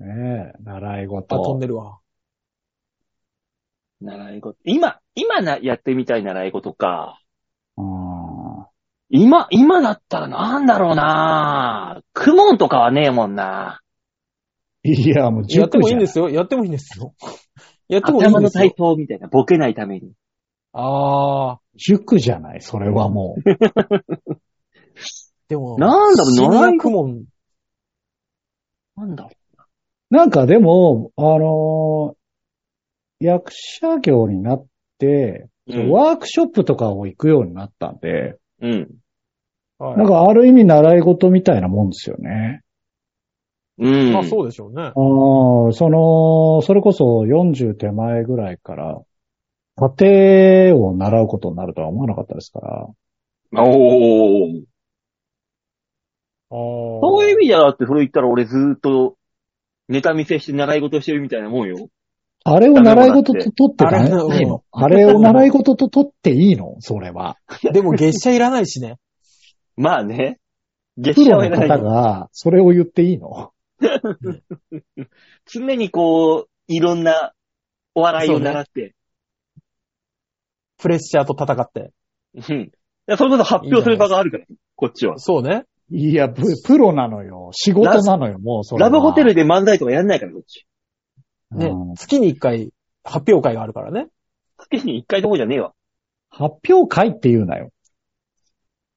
Speaker 4: ねえ、習い
Speaker 2: あ、飛ん
Speaker 4: 事。
Speaker 2: でるわ。
Speaker 1: 習い事。今、今な、やってみたい習い事か。
Speaker 4: うん
Speaker 1: 今、今だったらなんだろうなクモンとかはねえもんない
Speaker 4: や、もう
Speaker 2: やって
Speaker 4: 塾
Speaker 2: もい
Speaker 4: じ
Speaker 2: い
Speaker 4: ゃ
Speaker 2: ん
Speaker 4: ん
Speaker 2: ですよ。やってもいいんですよ。やってもいい
Speaker 1: 頭
Speaker 2: んで
Speaker 1: の
Speaker 2: すよ
Speaker 1: 体。操みたいな、ボケないために。
Speaker 2: ああ。
Speaker 4: 塾じゃない、それはも
Speaker 2: でも、
Speaker 1: なんだろう
Speaker 2: 不思議
Speaker 1: 習い
Speaker 2: な雲
Speaker 1: なんだろ
Speaker 4: う。 [laughs] なんかでも、あのー役者業になって、
Speaker 1: う。
Speaker 4: ワークショップとかを行くようになったんで、
Speaker 1: うん。
Speaker 2: はい
Speaker 4: なんかある意味習い事みたいなもんですよね。
Speaker 1: うん。
Speaker 2: まあそうでしょうね。
Speaker 4: ああ、その、それこそ40手前ぐらいから、家庭を習うことになるとは思わなかったですから。
Speaker 1: おー。
Speaker 2: そ
Speaker 1: そういう意味じゃだって、それ言ったら俺ずーっと、ネタ見せして習い事してるみたいなもんよ。
Speaker 4: あれを習い事と取って
Speaker 2: あれ
Speaker 4: ないいのあれを習い事と取っていいのそれは。
Speaker 2: でも月謝いらないしね。
Speaker 1: まあね。月
Speaker 4: プ
Speaker 1: 謝
Speaker 4: ロ
Speaker 1: はい
Speaker 4: の
Speaker 1: らない
Speaker 4: 方が、それを言っていいの
Speaker 1: 常にこう、いろんなお笑いを習って。
Speaker 2: プレッシャーと戦って。
Speaker 1: うん。いやそれこそ発表する場があるから、こっちは。
Speaker 2: そうね。
Speaker 4: いや、ププロなのよ。仕事なのよ、もうそれ
Speaker 1: ラ
Speaker 4: は。
Speaker 1: ブホテルで漫才とかやんないから、こっち。
Speaker 4: うん、
Speaker 2: ね。月に一回発表会があるからね。
Speaker 1: 月に一回どころじゃねえわ。
Speaker 4: 発表会って言うなよ。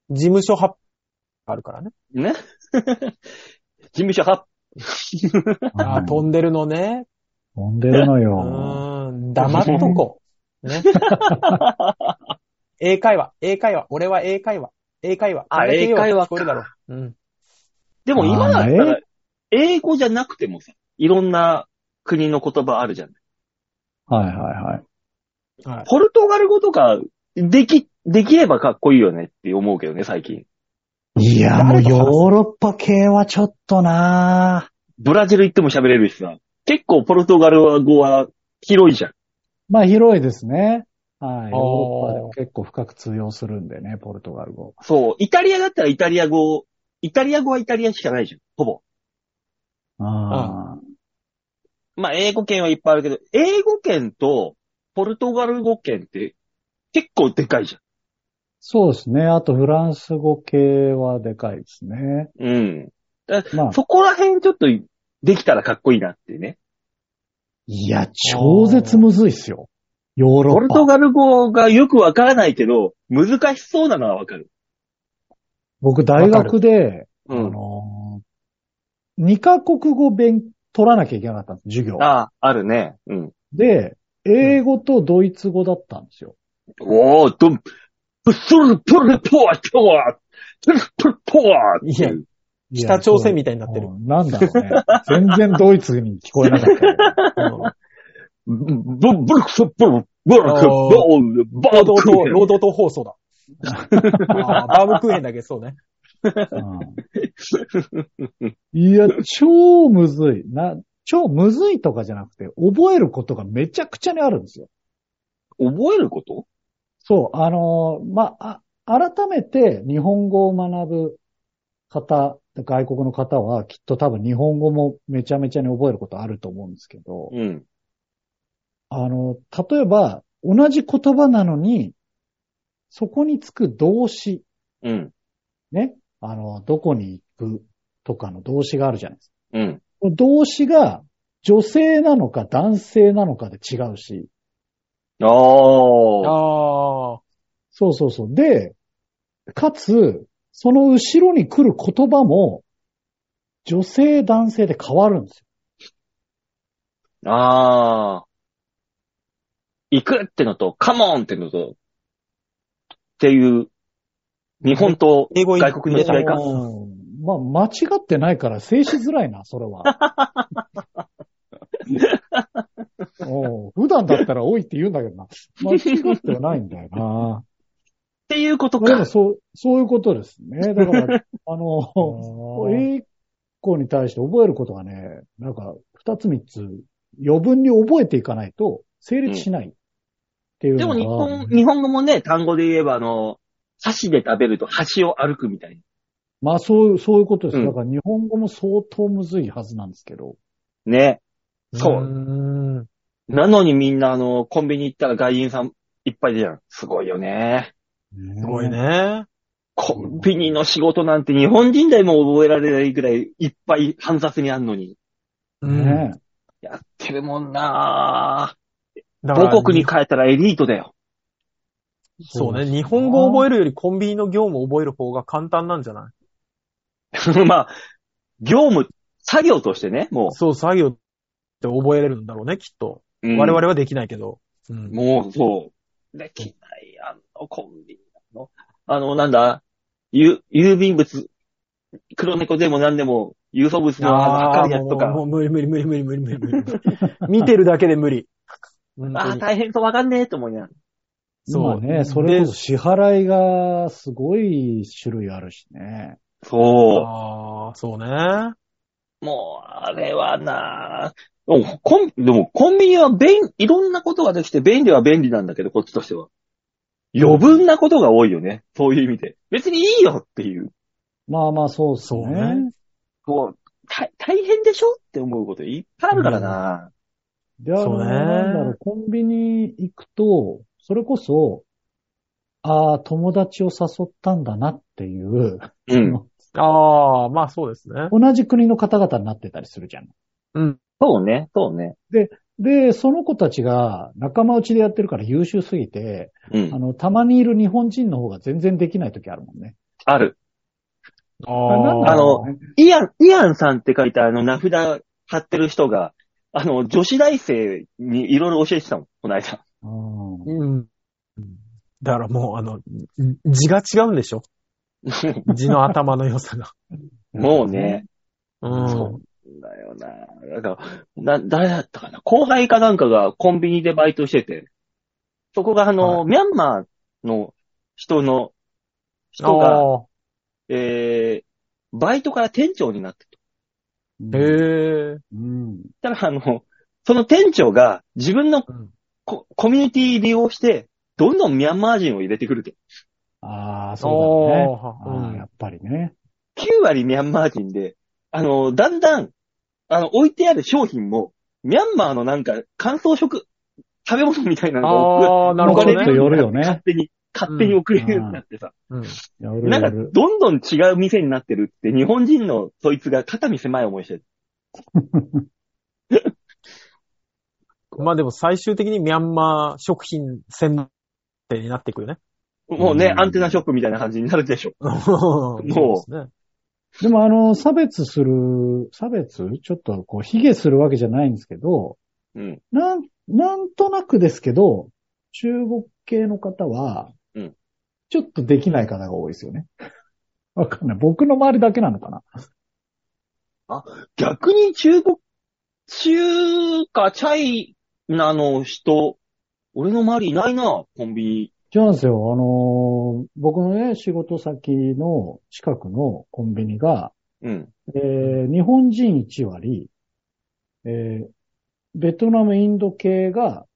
Speaker 2: 事務所発あるからね。
Speaker 1: ね [laughs] 事務所は、
Speaker 2: あー
Speaker 4: うん
Speaker 2: 飛んでるのね。
Speaker 4: 飛んでるの
Speaker 2: う
Speaker 4: よ。
Speaker 2: ーん。黙っとこう。ね。 [laughs] 英会話、英会話、俺は英会話、英会話。
Speaker 1: あ
Speaker 2: やめてよ
Speaker 1: 英会話か
Speaker 2: 聞こえるだろ。うん。
Speaker 1: でも今だった
Speaker 4: あー
Speaker 1: ら、英語じゃなくてもさ、いろんな国の言葉あるじゃん。
Speaker 4: はいはいはい。
Speaker 2: はい。
Speaker 1: ポルトガル語とか、でき、できればかっこいいよねって思うけどね、最近。
Speaker 4: いや、も
Speaker 2: 誰
Speaker 4: う
Speaker 2: と話
Speaker 4: ヨ
Speaker 2: す
Speaker 4: ーロッパ系はちょっとなぁ
Speaker 1: ブラジル行っても喋れるしさ。結構ポルトガル語は広いじゃん。
Speaker 4: まあ広いですね。は
Speaker 2: あ
Speaker 4: い。ヨー
Speaker 2: ー
Speaker 4: ロッパでも結構深く通用するんでね、ポルトガル語。
Speaker 1: そう。イタリアだったらイタリア語、イタリア語はイタリアしかないじゃん。ほぼ。
Speaker 4: ああ。
Speaker 1: まあ、英語圏はいっぱいあるけど、英語圏とポルトガル語圏って結構でかいじ
Speaker 4: そうですね。あとフランス語系はでかいですね。
Speaker 1: ゃん。うん。
Speaker 4: まあ、
Speaker 1: そこら辺ちょっとできたらかっこいいなってね。
Speaker 4: いや、超絶むずいっすよ。ヨーロ
Speaker 1: ポ
Speaker 4: ッ
Speaker 1: ルトガ
Speaker 4: パ。
Speaker 1: ル語がよくわからないけど、難しそうなのはわかる。
Speaker 4: 僕、大学で、
Speaker 1: う
Speaker 4: あ
Speaker 1: ん。
Speaker 4: のー、2カ国語勉、取らなきゃいけなかったんです、授業。
Speaker 1: ああ、あるね。うん。
Speaker 4: で、英語とドイツ語だったんですよ。
Speaker 1: おー、ドン、プスルプルポワチョワプルプルポワ
Speaker 2: いや
Speaker 1: ってう
Speaker 2: 北朝鮮み
Speaker 4: た
Speaker 2: たいになってる。
Speaker 4: なんだろうね。全然ドイツに聞こえなかったよ。
Speaker 1: ブブルクスブル、ブルクス、
Speaker 2: あー
Speaker 1: ボール、バ
Speaker 2: 労
Speaker 1: ード
Speaker 2: 働
Speaker 1: ク
Speaker 2: 党、
Speaker 1: ーヘン
Speaker 2: 労働党
Speaker 1: [laughs]
Speaker 2: 放送だ。あーバームクーヘンだけそうね。
Speaker 4: うんいや、超むずい。な、超むずいとかじゃなくて、覚えることがめちゃくちゃにあるんですよ。
Speaker 1: 覚えること
Speaker 4: そう、あのーまあ、あ改めて日本語を学ぶ方、外国の方はきっと多分日本語もめちゃめちゃに覚えることあると思うんですけど、
Speaker 1: うん。
Speaker 4: あの、例えば、同じ言葉なのに、そこにつく動詞、
Speaker 1: うん。
Speaker 4: ね。あの、どこに行くとかの動詞があるじゃないですか。
Speaker 1: うん。
Speaker 4: この動詞が女性なのか男性なのかで違うし。
Speaker 1: あー。
Speaker 2: ああ。
Speaker 4: そうそうそう。で、かつ、その後ろに来る言葉も、女性男性で変わるんですよ。
Speaker 1: あー。行くってのと、カモンってのと、っていう、日本と
Speaker 2: 英語
Speaker 1: 外国の違いか。
Speaker 4: うんまあ、間違ってないから制止づらいな、それは。おう普段だったら多いって言うんだけどな。間違ってはないんだよ
Speaker 1: っ
Speaker 4: な。
Speaker 1: ていうこと
Speaker 4: まあでも
Speaker 1: か。
Speaker 4: そう、そういうことですね。だから、あの、英語に対して覚えることがね、なんか、二つ三つ、余分に覚えていかないと成立しないっていう
Speaker 1: で
Speaker 4: のが、
Speaker 1: も日本、日本語もね、単語で言えば、あの、箸で食べると箸を歩くみたい
Speaker 4: まあそう、そういうことです。
Speaker 1: うん
Speaker 4: だから日本語も相当むずいはずなんですけど。
Speaker 1: な。ね。そう
Speaker 2: う。
Speaker 1: なのにみんな、あの、コンビニ行ったら外人さんいっぱいじゃん。すごいよね。
Speaker 4: す
Speaker 2: すごい。ね。
Speaker 1: コンビニの仕事なんて日本人でも覚えられないぐらいいっぱい煩雑にあんのに。
Speaker 2: うん
Speaker 4: ね
Speaker 1: やってるもんなぁ。
Speaker 2: だから
Speaker 1: 母国に帰ったらエリートだよ。 [laughs]
Speaker 2: そうね。日本語を覚えるよりコンビニの業務を覚える方が簡単なんじゃない
Speaker 1: まあ、業務、作業としてね、も
Speaker 2: そう、作業って覚えれるんだろうね、きっと。
Speaker 1: う。うん
Speaker 2: 我々はできないけど。うん。
Speaker 1: もう、そう。できない、あの、コンビニの。あの、なんだ、ゆ、郵便物、黒猫でも何でも、郵送物のあの、
Speaker 2: あ
Speaker 1: 測
Speaker 2: あ
Speaker 1: るや
Speaker 2: ー、
Speaker 1: つ
Speaker 2: も
Speaker 1: と
Speaker 2: う
Speaker 1: か。
Speaker 2: もう無理無理無理無理無理無理無 [laughs] 理。見てるだけで無理。本
Speaker 1: あ
Speaker 2: 当
Speaker 1: あ、
Speaker 2: に
Speaker 1: 大変そう、わかんねえと思いながら。
Speaker 4: 今ね、それこそ支払いがすごい種類あるしね。
Speaker 1: そ
Speaker 2: ああ、そうね。
Speaker 1: う。もう、あれはなでもコン、でも、コンビニは便、いろんなことができて便利は便利なんだけど、こっちとしては。余分なことが多いよね。そういう意味で。別にいいよっていう。
Speaker 4: まあまあ、そうです
Speaker 2: そう
Speaker 4: ね
Speaker 2: ね。
Speaker 1: こう、大大変でしょって思うこといっぱいあるからな。
Speaker 4: で、あの、
Speaker 2: そうね
Speaker 4: なんだろう、コンビニ行くと、それこそ、ああ、友達を誘ったんだなっていう、
Speaker 1: うん。
Speaker 2: ああ、まあそうですね。
Speaker 4: 同じ国の方々になってたりするじゃん。
Speaker 2: うん。
Speaker 1: そうね、そうね。
Speaker 4: で、その子たちが仲間内でやってるから優秀すぎて、
Speaker 1: う
Speaker 4: あ
Speaker 1: ん。
Speaker 4: の、たまにいる日本人の方が全然できない時あるもんね。
Speaker 1: ある。
Speaker 2: あ
Speaker 4: なん
Speaker 2: あ
Speaker 4: だ
Speaker 1: あ
Speaker 4: ろ
Speaker 1: の
Speaker 4: うね
Speaker 1: イアン、イアンさんって書いたあの名札貼ってる人が、あの、女子大生にいろいろ教えてたもん、この [laughs] 間。
Speaker 4: うん
Speaker 2: うん。だからもう、あの、字が違うんでしょ字の頭の良さが。
Speaker 1: もうね。
Speaker 2: うん。
Speaker 1: そうだよな。だから、な、誰だったかな後輩かなんかがコンビニでバイトしてて、そこがあの、ミャンマーの人の、人が、
Speaker 2: ああ
Speaker 1: えー、バイトから店長になって
Speaker 4: うん
Speaker 2: へえ。
Speaker 4: うん。
Speaker 1: たら、あの、その店長が自分の
Speaker 2: うん
Speaker 1: ココミュニティ利用して、どんどんミャンマー人を入れてくると。
Speaker 4: ああ、そうだね。あ
Speaker 2: ああ
Speaker 4: あやっぱりね。
Speaker 1: 9割ミャンマー人で、あの、だんだん、あの、置いてある商品も、ミャンマーのなんか乾燥食、食べ物みたいなのが送
Speaker 2: ああ、なるほ
Speaker 4: ち
Speaker 2: ど
Speaker 4: ょっと
Speaker 2: ね。
Speaker 4: 寄るよね
Speaker 1: 勝。手に、勝手に送れるようになってさ。
Speaker 2: うん。
Speaker 4: 寄る
Speaker 1: な
Speaker 4: 寄
Speaker 1: んか、
Speaker 4: る。
Speaker 1: どんどん違う店になってるって、日本人のそいつが肩身狭い思いしてる。
Speaker 2: まあでも最終的にミャンマー食品専定になって [laughs] くるね。
Speaker 1: もうね、
Speaker 4: うん
Speaker 1: アンテナショップみたいな感じになるでしょ。
Speaker 2: も
Speaker 1: う
Speaker 2: う。ね、
Speaker 4: でもあの、差別する、差別ちょっとこう、卑下するわけじゃないんですけど、
Speaker 1: うん。
Speaker 4: なん、なんとなくですけど、中国系の方は
Speaker 1: うん、
Speaker 4: ちょっとできない方が多いですよね。 [laughs] わかんない。僕の周りだけなのかな。
Speaker 1: 逆に中国、中華、チャイナの人、俺の周りいないな、コンビニ。
Speaker 4: 違うんですよ。あのー僕のね、仕事先の近くのコンビニが、
Speaker 1: うん。
Speaker 4: えー日本人1割、えーベトナム、インド系が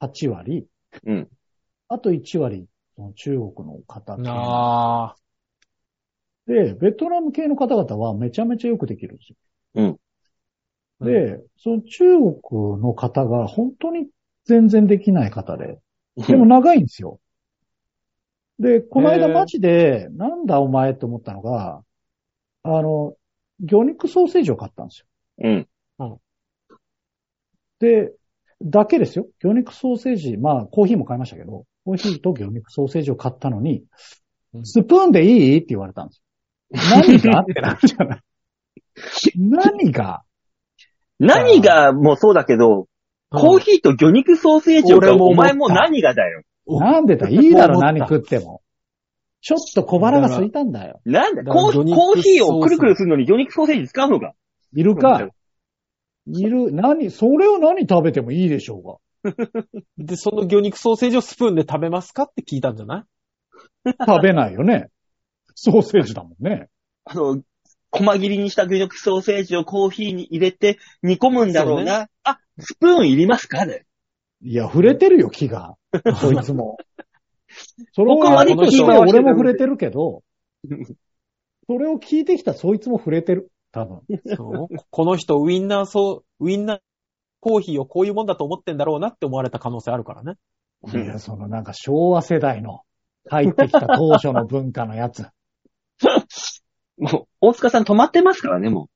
Speaker 4: 8割、
Speaker 1: うん。
Speaker 4: あと1割、その中国の方系
Speaker 2: ああ、
Speaker 4: で、ベトナム系の方々はめちゃめちゃよくできるんですよ。
Speaker 2: うん
Speaker 4: で、その中国の方が本当に全然できない方で、でも長いんですよ。で、この間
Speaker 2: へー
Speaker 4: マジで、なんだお前って思ったのが、あの、魚肉ソーセージを買ったんですよ。
Speaker 1: うん。
Speaker 4: で、だけですよ。魚肉ソーセージ、まあ、コーヒーも買いましたけど、コーヒーと魚肉ソーセージを買ったのに
Speaker 2: う、ん
Speaker 4: スプーンでいいって言われたんですよ。何がってなるじ
Speaker 2: [laughs]
Speaker 4: ゃない。何が
Speaker 1: 何が、もうそうだけど、コーヒーと魚肉ソーセージを買う
Speaker 2: 俺も
Speaker 1: お
Speaker 2: 思っ
Speaker 1: 前
Speaker 2: た
Speaker 1: も何がだよ。
Speaker 4: なんでだいいだろ、
Speaker 2: 思った
Speaker 4: 何食っても。ちょっと小腹が空いたんだよ。
Speaker 1: なんだ、
Speaker 2: だから
Speaker 1: コーヒー
Speaker 2: 魚肉
Speaker 1: コーヒーを
Speaker 2: ソーセージ
Speaker 1: くるくるするのに魚肉ソーセージ使うのか。
Speaker 4: いるか、いる、何、それを何食べてもいいでしょうが。
Speaker 2: で、その魚肉ソーセージをスプーンで食べますかって聞いたんじゃない
Speaker 4: 食べない
Speaker 2: [laughs]
Speaker 4: よね。ソーセージだもんね。
Speaker 1: あの、細切りにした魚肉ソーセージをコーヒーに入れて煮込むんだろうな。あ、スプーンいりますかね。
Speaker 4: いや、触れてるよ、木が。こい
Speaker 1: [laughs]
Speaker 4: つも。それを
Speaker 1: 他は
Speaker 4: 聞
Speaker 1: 肉
Speaker 4: い
Speaker 1: と
Speaker 4: て
Speaker 1: しては
Speaker 4: 俺も触れてるけど、それを聞いてきたそいつも触れてる。多分。
Speaker 2: そう [laughs] この人、ウィンナーソー、ウィンナーコーヒーをこういうもんだと思ってんだろうなって思われた可能性あるからね。
Speaker 1: うん
Speaker 4: いや、そのなんか昭和世代の入ってきた当初の文化のやつ。
Speaker 1: もう、大塚さん止まってますからね、も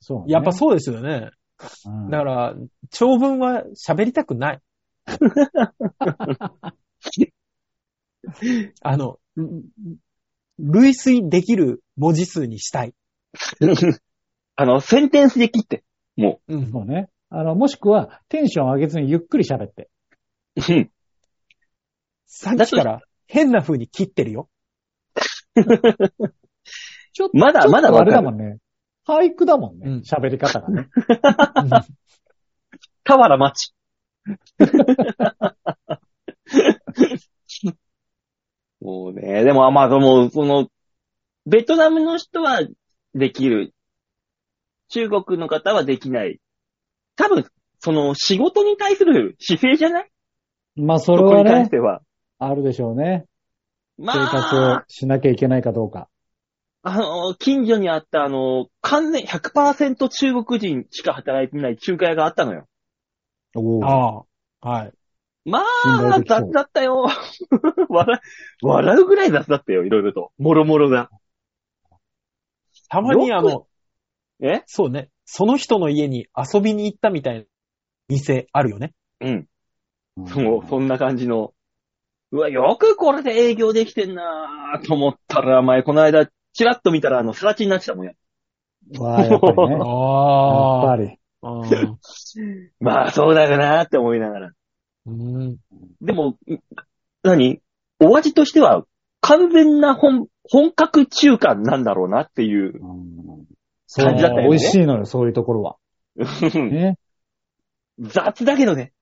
Speaker 4: そう、ね。
Speaker 2: やっぱそうですよね。
Speaker 4: うん
Speaker 2: だから、長文は喋りたく
Speaker 4: [laughs]
Speaker 2: ない。あの、類推できる文字数にしたい。
Speaker 1: う。 [laughs] あの、センテンスで切って。
Speaker 2: うん。
Speaker 4: そうね。あの、もしくは、テンション上げずにゆっくり喋って。
Speaker 1: うん
Speaker 2: さっきから変な風に切ってるよ。
Speaker 4: ちょっと、
Speaker 1: まだ、まだ
Speaker 4: ちょっとあ
Speaker 1: わ
Speaker 4: れ
Speaker 1: かる。
Speaker 4: だもんね。俳句だもん
Speaker 2: う
Speaker 4: ね
Speaker 2: ん。
Speaker 4: 喋、り方がね。
Speaker 2: [laughs]
Speaker 1: 俵原町。もうね、でも、まあ、もう、その、ベトナムの人はできる。中国の方はできない。多分、その、仕事に対する姿勢じゃない
Speaker 4: ま
Speaker 1: [laughs]
Speaker 4: あ、それは
Speaker 1: に対
Speaker 4: ね
Speaker 1: し、ては。
Speaker 4: あるでしょうね。
Speaker 1: ま
Speaker 4: 生活を
Speaker 1: あ、
Speaker 4: しなきゃいけないかどうか。
Speaker 1: あの、近所にあった、あの、完全100%中国人しか働いてない中華屋があったのよ。
Speaker 4: おー
Speaker 2: ああ。はい。
Speaker 1: ま
Speaker 4: 信頼
Speaker 1: あ
Speaker 4: で、きそう
Speaker 1: 雑だったよ。 [laughs] 笑う、笑うぐらい雑だったよ、いろいろと。もろもろが。
Speaker 2: たまにあ
Speaker 1: よ
Speaker 2: の、
Speaker 1: え
Speaker 2: そうね、その人の家に遊びに行ったみたいな店あるよね。
Speaker 1: うん。
Speaker 4: ん
Speaker 1: そう、そんな感じの。うわ、よくこれで営業できてんなぁと思ったら、前、この間、チラッと見たら、あの、スラチになってたもんや。
Speaker 4: わあ、やっぱりね。やっ
Speaker 2: あ
Speaker 4: ぱ
Speaker 2: あ。
Speaker 4: り。
Speaker 1: まあ、そうだよなぁって思いながら。
Speaker 2: うん。
Speaker 1: でも、ん何お味としては、完全な本、本格中華なんだろうなっていう。
Speaker 4: そう
Speaker 1: 感じだったよね
Speaker 4: 美味しいのよ、そういうところは。ね。
Speaker 1: 雑だけどね。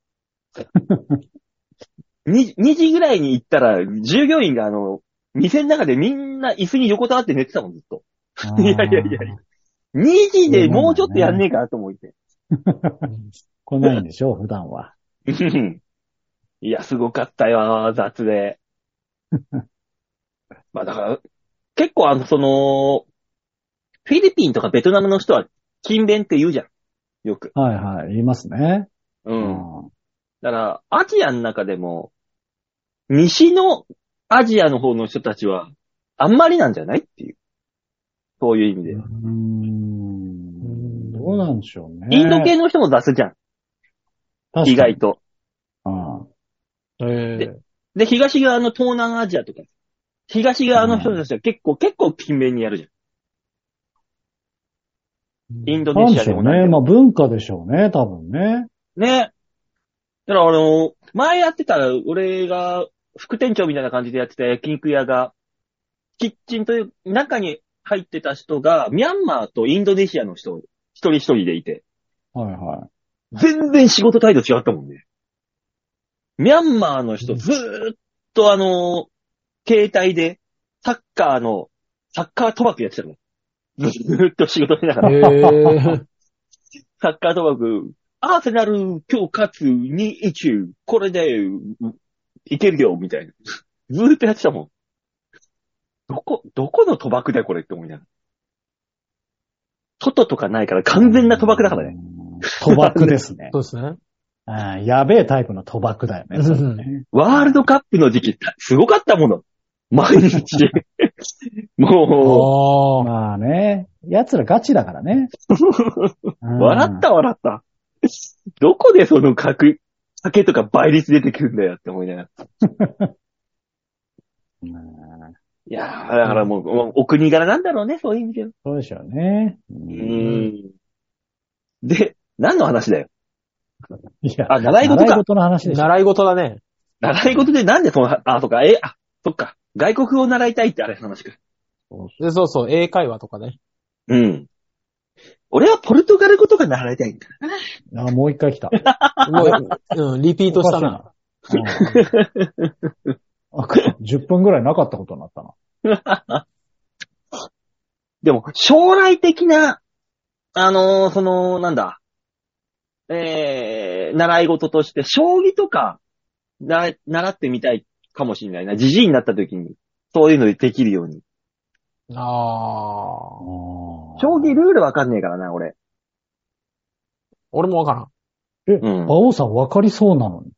Speaker 1: 2, 2時ぐらいに行ったら、従業員があの、店の中でみんな椅子に横たわって寝てたもん、ずっと。 [laughs] いやいやいやいや2時でもうちょっとやんねえかなと思って。
Speaker 4: 来ないんでしょ、普段は。
Speaker 1: うんいや、すごかったよ、雑
Speaker 4: [laughs]
Speaker 1: で。まあだから、結構あの、その、フィリピンとかベトナムの人は勤勉って言うじゃん。よく。
Speaker 4: はいはい、言いますね。
Speaker 1: う。
Speaker 4: うん
Speaker 1: だから、アジアの中でも、西のアジアの方の人たちは、あんまりなんじゃないっていう。そういう意味で。
Speaker 4: ん。どうなんでしょうね。
Speaker 1: インド系の人も雑じゃん。
Speaker 4: 確かに
Speaker 1: 意外と。
Speaker 4: うん
Speaker 2: ええ
Speaker 1: でで、東側の東南アジアとか。東側の人たちは結構、結構勤勉にやるじゃん。インド
Speaker 4: な
Speaker 1: ネ
Speaker 4: ん
Speaker 1: シ
Speaker 4: で
Speaker 1: ア
Speaker 4: し
Speaker 1: で
Speaker 4: ょ
Speaker 1: も
Speaker 4: う
Speaker 1: ない
Speaker 4: ね。
Speaker 1: け
Speaker 4: まあ
Speaker 1: ど
Speaker 4: 文化でしょうね、多分ね。
Speaker 1: ね。だから、あの、前やってた、俺が、副店長みたいな感じでやってた焼肉屋が、キッチンという、中に入ってた人が、ミャンマーとインドネシアの人、一人一人でいて、
Speaker 4: はいはい。
Speaker 1: 全然仕事態度違ったもんね。ミャンマーの人、ずーっとあの、携帯で、サッカーの、サッカー賭博やってたの。ずーっと仕事しながら。
Speaker 2: ええ。
Speaker 1: サッカー賭博、アーセナル、今日勝つ2-1、これで、ういけるよ、みたいな。ずーっとやってたもん。どこ、どこの賭博だよ、これって思いながら。外とかないから完全な賭博だからね。
Speaker 4: うん。賭博ですね
Speaker 1: [laughs]
Speaker 2: そうですね。
Speaker 4: あーやべえタイプの賭博だよね。それね
Speaker 1: ワールドカップの時期、すごかったもの。毎日。 [laughs] も
Speaker 2: ああ。
Speaker 4: [laughs] まあね。奴らガチだからね。
Speaker 1: う、
Speaker 4: 笑
Speaker 1: 笑っ。た笑った。どこでその格、酒とか倍率出てくるんだよって思いながら。
Speaker 4: うん
Speaker 1: いやー、だからもう、もうお国柄なんだろうね、そういう意味では。
Speaker 4: そうでしょうね。う
Speaker 1: うんん。で、何の話だよ。
Speaker 4: いや
Speaker 1: あ習い事か
Speaker 4: 習い事の話でしょ。
Speaker 2: 習い事だね。
Speaker 1: 習い事でなんでその、あ、そっか、え、あ、そっか。外国語を習いたいってあれの話か。
Speaker 2: で、そうそう、英会話とかね。
Speaker 1: うん。俺はポルトガル語とか習いたいんだ。
Speaker 4: あ、もう一回来た。
Speaker 2: もう、うん、リピートしたな。
Speaker 4: うん。あ10分ぐらいなかったことになったな。
Speaker 1: でも、将来的な、あのーその、なんだ、えー、習い事として、将棋とか、な、習ってみたいかもしれないな。じじいになった時に、そういうのでできるように。
Speaker 2: ああ。
Speaker 1: 将棋ルールわかんねえからな、俺。
Speaker 2: 俺もわからん。
Speaker 1: うん。
Speaker 4: 馬王さん分かりそうなのに。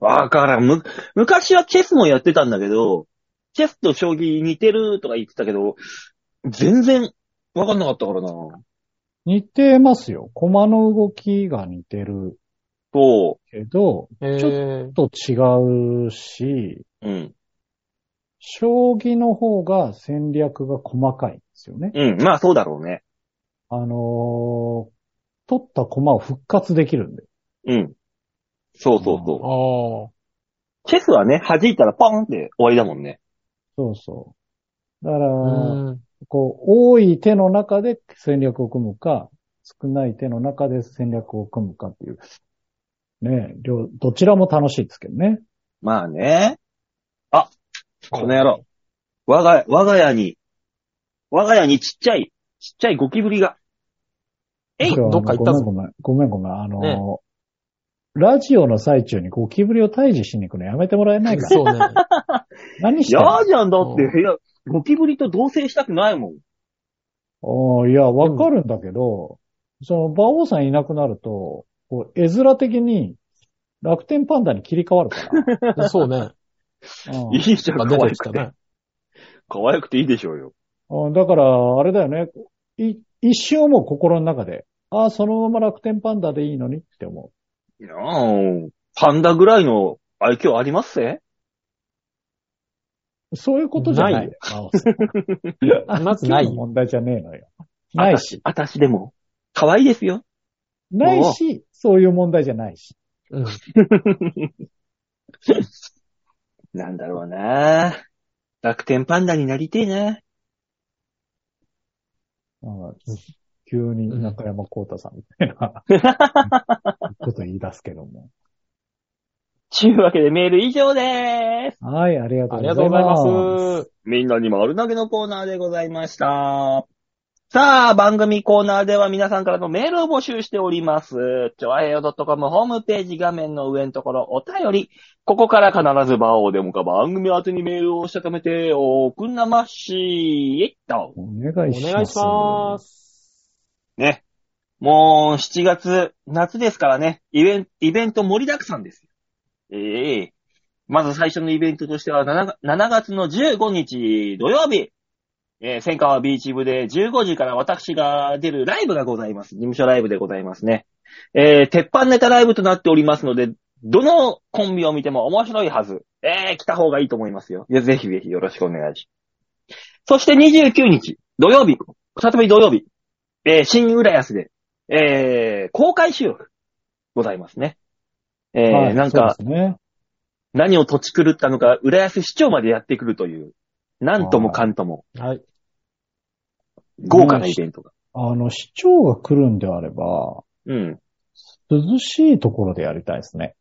Speaker 1: わからん。む、昔はチェスもやってたんだけど、チェスと将棋似てるとか言ってたけど、全然わかんなかったからな。
Speaker 4: 似てますよ。駒の動きが似てる
Speaker 1: そ
Speaker 4: けど、
Speaker 2: ええ
Speaker 4: ちちょっと違うし、
Speaker 1: う。うん。
Speaker 4: 将棋の方が戦略が細かいんですよね。
Speaker 1: うん。まあそうだろうね。
Speaker 4: あのー取った駒を復活できるんで。
Speaker 1: うん。そうそうそう。
Speaker 2: ああ。
Speaker 1: チェスはね、弾いたらパーンって終わりだもんね。
Speaker 4: そうそう。だから、
Speaker 2: うん。
Speaker 4: こう、多い手の中で戦略を組むか、少ない手の中で戦略を組むかっていう。ねえ両、どちらも楽しいですけどね。
Speaker 1: まあね。あ、この野郎。我が、我が家に、我が家にちっちゃい、ちっちゃいゴキブリが。えい
Speaker 4: 今日はあの
Speaker 2: どっか行ったぞ
Speaker 4: ごめんごめん、ごめんごめん。あの、
Speaker 2: ね
Speaker 4: ラジオの最中にゴキブリを退治しに行くのやめてもらえない
Speaker 2: [laughs]
Speaker 4: か。
Speaker 2: そうね。
Speaker 4: 何してん
Speaker 1: 嫌
Speaker 4: の
Speaker 1: じゃんだっ
Speaker 2: う
Speaker 1: て、いや、ゴキブリと同棲したくないもん。
Speaker 4: おーいや、わかるんだけど、その、馬王さんいなくなると、こう、絵面的に楽天パンダに切り替わ
Speaker 2: [laughs]
Speaker 4: るから。
Speaker 2: そうね。
Speaker 4: うん
Speaker 1: いいじゃん、
Speaker 2: が
Speaker 1: 可
Speaker 2: 出て
Speaker 1: 愛
Speaker 2: き
Speaker 1: く
Speaker 2: た
Speaker 1: て
Speaker 2: ね。。
Speaker 1: 可愛くていいでしょうよ。
Speaker 4: あだから、あれだよね。い一瞬思う心の中で。ああ、そのまま楽天パンダでいいのにって思
Speaker 1: いやーパンダぐらいの愛嬌ありますぜ
Speaker 4: う。そういうことじゃない。
Speaker 2: ないよ
Speaker 4: 真央さん
Speaker 2: まずない
Speaker 4: 今日の問題じゃねえのよ。ないし。
Speaker 1: あたしでも、可愛いですよ。
Speaker 4: ないし、そういう問題じゃないし。
Speaker 2: うん。
Speaker 1: なんだろうな楽天パンダになりてえな
Speaker 4: うん急に中山光太さんみたいな、こと言い出すけども。
Speaker 1: ちゅうわけでメール以上でーす。
Speaker 4: はい、ありがと
Speaker 2: あ
Speaker 4: う
Speaker 2: りがと
Speaker 4: ござ
Speaker 2: う
Speaker 4: い
Speaker 2: ござい
Speaker 4: ま。
Speaker 2: ますす。
Speaker 1: みんなに丸投げのコーナーでございました。さあ、番組コーナーでは皆さんからのメールを募集しております。ちょあへよ .com ホームページ画面の上のところお便り。ここから必ず場をでもか番組宛てにメールをしたためておくんなまし。えっと。
Speaker 4: お願
Speaker 2: お
Speaker 4: いします。
Speaker 2: 願いします。
Speaker 1: ね。もう、7月、夏ですからね、イベント、イベント盛りだくさんですよ。ええまず最初のイベントとしては7、7月の15日土曜日、えー、千川ビーチ部で15時から私が出るライブがございます。事務所ライブでございますね。えー、鉄板ネタライブとなっておりますので、どのコンビを見ても面白いはず。えー、来た方がいいと思いますよ。いやぜひぜひよろしくお願いします。そして29日、土曜日、再び土曜日、えー、新浦安で、えー、公開収録、ございますね。えー、
Speaker 4: はい
Speaker 1: なんか、
Speaker 4: そうですね。
Speaker 1: 何を土地狂ったのか、浦安市長までやってくるという、なんともかんとも、
Speaker 2: はい。
Speaker 1: 豪華なイベントが。
Speaker 4: あの、市長が来るんであれば、
Speaker 1: うん。
Speaker 4: 涼しいところでやりたいですね。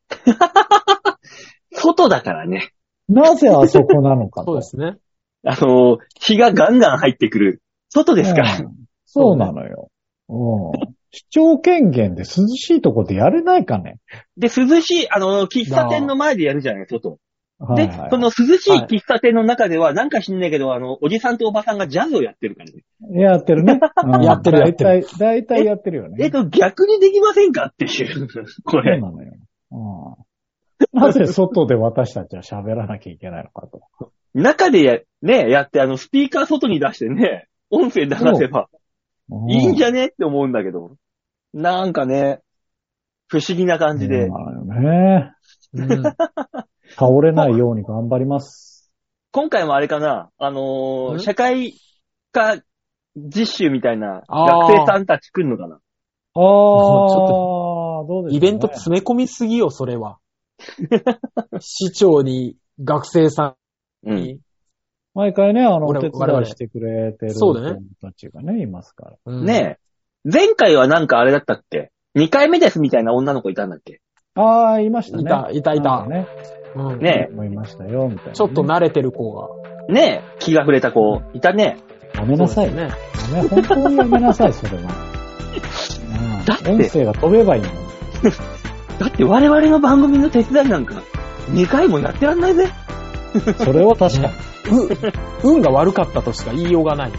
Speaker 1: 外だからね。
Speaker 4: なぜあそこなのかと。
Speaker 2: そうですね。
Speaker 1: あの、日がガンガン入ってくる。外ですから。
Speaker 4: うんそうなのよ。うん。市長権限で涼しいところでやれないかね。
Speaker 1: で、涼しい、あの、喫茶店の前でやるじゃない、外。
Speaker 4: はい
Speaker 1: で
Speaker 4: は、い
Speaker 1: その涼しい喫茶店の中では、なんか知んないけど、あの、おじさんとおばさんがジャズをやってるからね。
Speaker 4: やってるね。うん
Speaker 2: やってるやって
Speaker 4: 大体、大体やってるよね。
Speaker 1: えっと、逆にできませんかっていう、こ
Speaker 4: そう
Speaker 1: れ。
Speaker 4: なのよ。うん。なぜ外で私たちは喋らなきゃいけないのかと。
Speaker 1: 中でや、ね、やって、あの、スピーカー外に出してね、音声流せば、いいんじ
Speaker 4: ゃ
Speaker 1: ゃねって思うんだけど。なんかね、不思議な感じで。
Speaker 4: そうなのよね。
Speaker 2: うん。
Speaker 4: 倒れないように頑張ります。
Speaker 1: 今回もあれかな、あのー
Speaker 2: ん
Speaker 1: 社会科実習みたいな
Speaker 2: あー
Speaker 1: 学生さんたち来るのかな。
Speaker 4: ああ、どうです
Speaker 2: イベント詰め込みすぎよ、それは。市長に、学生さ
Speaker 1: うん
Speaker 2: に。
Speaker 4: 毎回ね、あの、お
Speaker 2: 俺
Speaker 4: 手
Speaker 2: 我
Speaker 4: 伝い
Speaker 2: 々
Speaker 4: してくれてる
Speaker 2: そ
Speaker 4: 人
Speaker 2: うだね
Speaker 4: たちがね、いますから。
Speaker 2: うん
Speaker 1: ねえ。前回はなんかあれだったっけ ?2 回目ですみたいな女の子いたんだっけ
Speaker 4: ああ、いましたね。
Speaker 2: いたいたいた
Speaker 4: なんかね。
Speaker 2: うん
Speaker 1: ね
Speaker 4: もういましたよ、みたいな、
Speaker 2: ちょっと
Speaker 4: な。
Speaker 2: 慣れてる子が。
Speaker 1: え。ねえ。気が触れた子、いたね。
Speaker 4: やめなさい。
Speaker 2: そう
Speaker 4: ね、
Speaker 2: ですね。
Speaker 4: 本当にやめなさい、それは。うん
Speaker 1: だって
Speaker 4: 音声が飛べばいいのに。
Speaker 1: だって我々の番組の手伝いなんか、2回もやってらんないぜ。
Speaker 4: それは確かに。
Speaker 2: う、運が悪かったとしか言いよう
Speaker 4: [laughs]
Speaker 2: がない。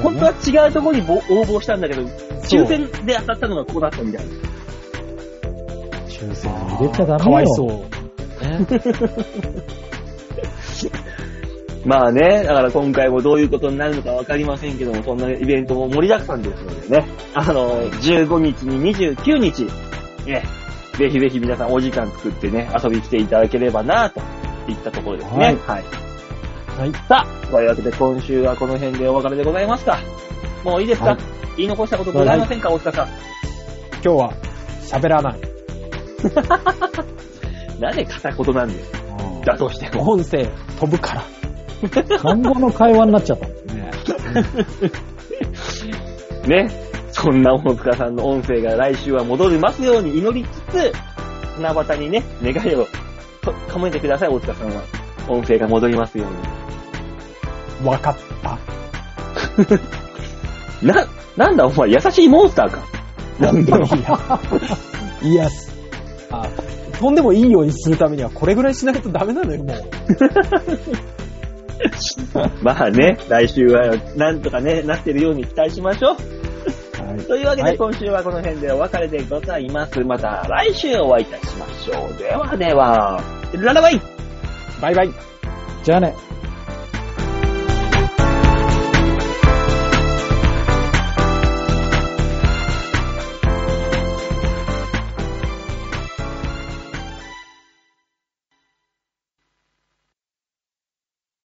Speaker 1: 本当は違うところにぼ応募したんだけど、抽選で当たったのがここだったみたいな。
Speaker 4: 抽選に入れちゃダメよ。
Speaker 2: かわいそう。
Speaker 4: [laughs]
Speaker 2: ね、
Speaker 1: まあね、だから今回もどういうことになるのかわかりませんけども、そんなイベントも盛りだくさんですのでね、あの、15日に29日、ね、ぜひぜひ皆さんお時間作ってね、遊びに来ていただければなといったところですね。
Speaker 4: はい
Speaker 1: はい。
Speaker 2: はい。
Speaker 1: さあ、というわけで今週はこの辺でお別れでございますか。もういいですか、
Speaker 4: はい
Speaker 1: 言い残したことございませんか、大塚さん。
Speaker 2: 今日は喋らない。
Speaker 1: なんで片言なんです
Speaker 4: うん
Speaker 1: だとしても。
Speaker 2: 音声飛ぶから。
Speaker 4: 単語の会話になっちゃったんですね。
Speaker 1: ね。そんな大塚さんの音声が来週は戻りますように祈りつつ、七夕にね、願いをとかもめてください、大塚さんは。音声が戻りますよう
Speaker 2: わかった。
Speaker 1: に。な、なんだお前、優しいモンスターか。なん
Speaker 2: [laughs]
Speaker 1: だろう。
Speaker 2: イエス。あ、飛んでもいいようにするためにはこれぐらいしないとダメなのよ、もう。
Speaker 1: まあね、来週はなんとかね、なってるように期待しましょう。
Speaker 4: はい。
Speaker 1: というわけで、
Speaker 2: はい
Speaker 1: 今週はこの辺でお別れでございます。また来週お会いいたしましょう。ではでは、ララバイ
Speaker 2: バイバイ。
Speaker 4: じゃあね。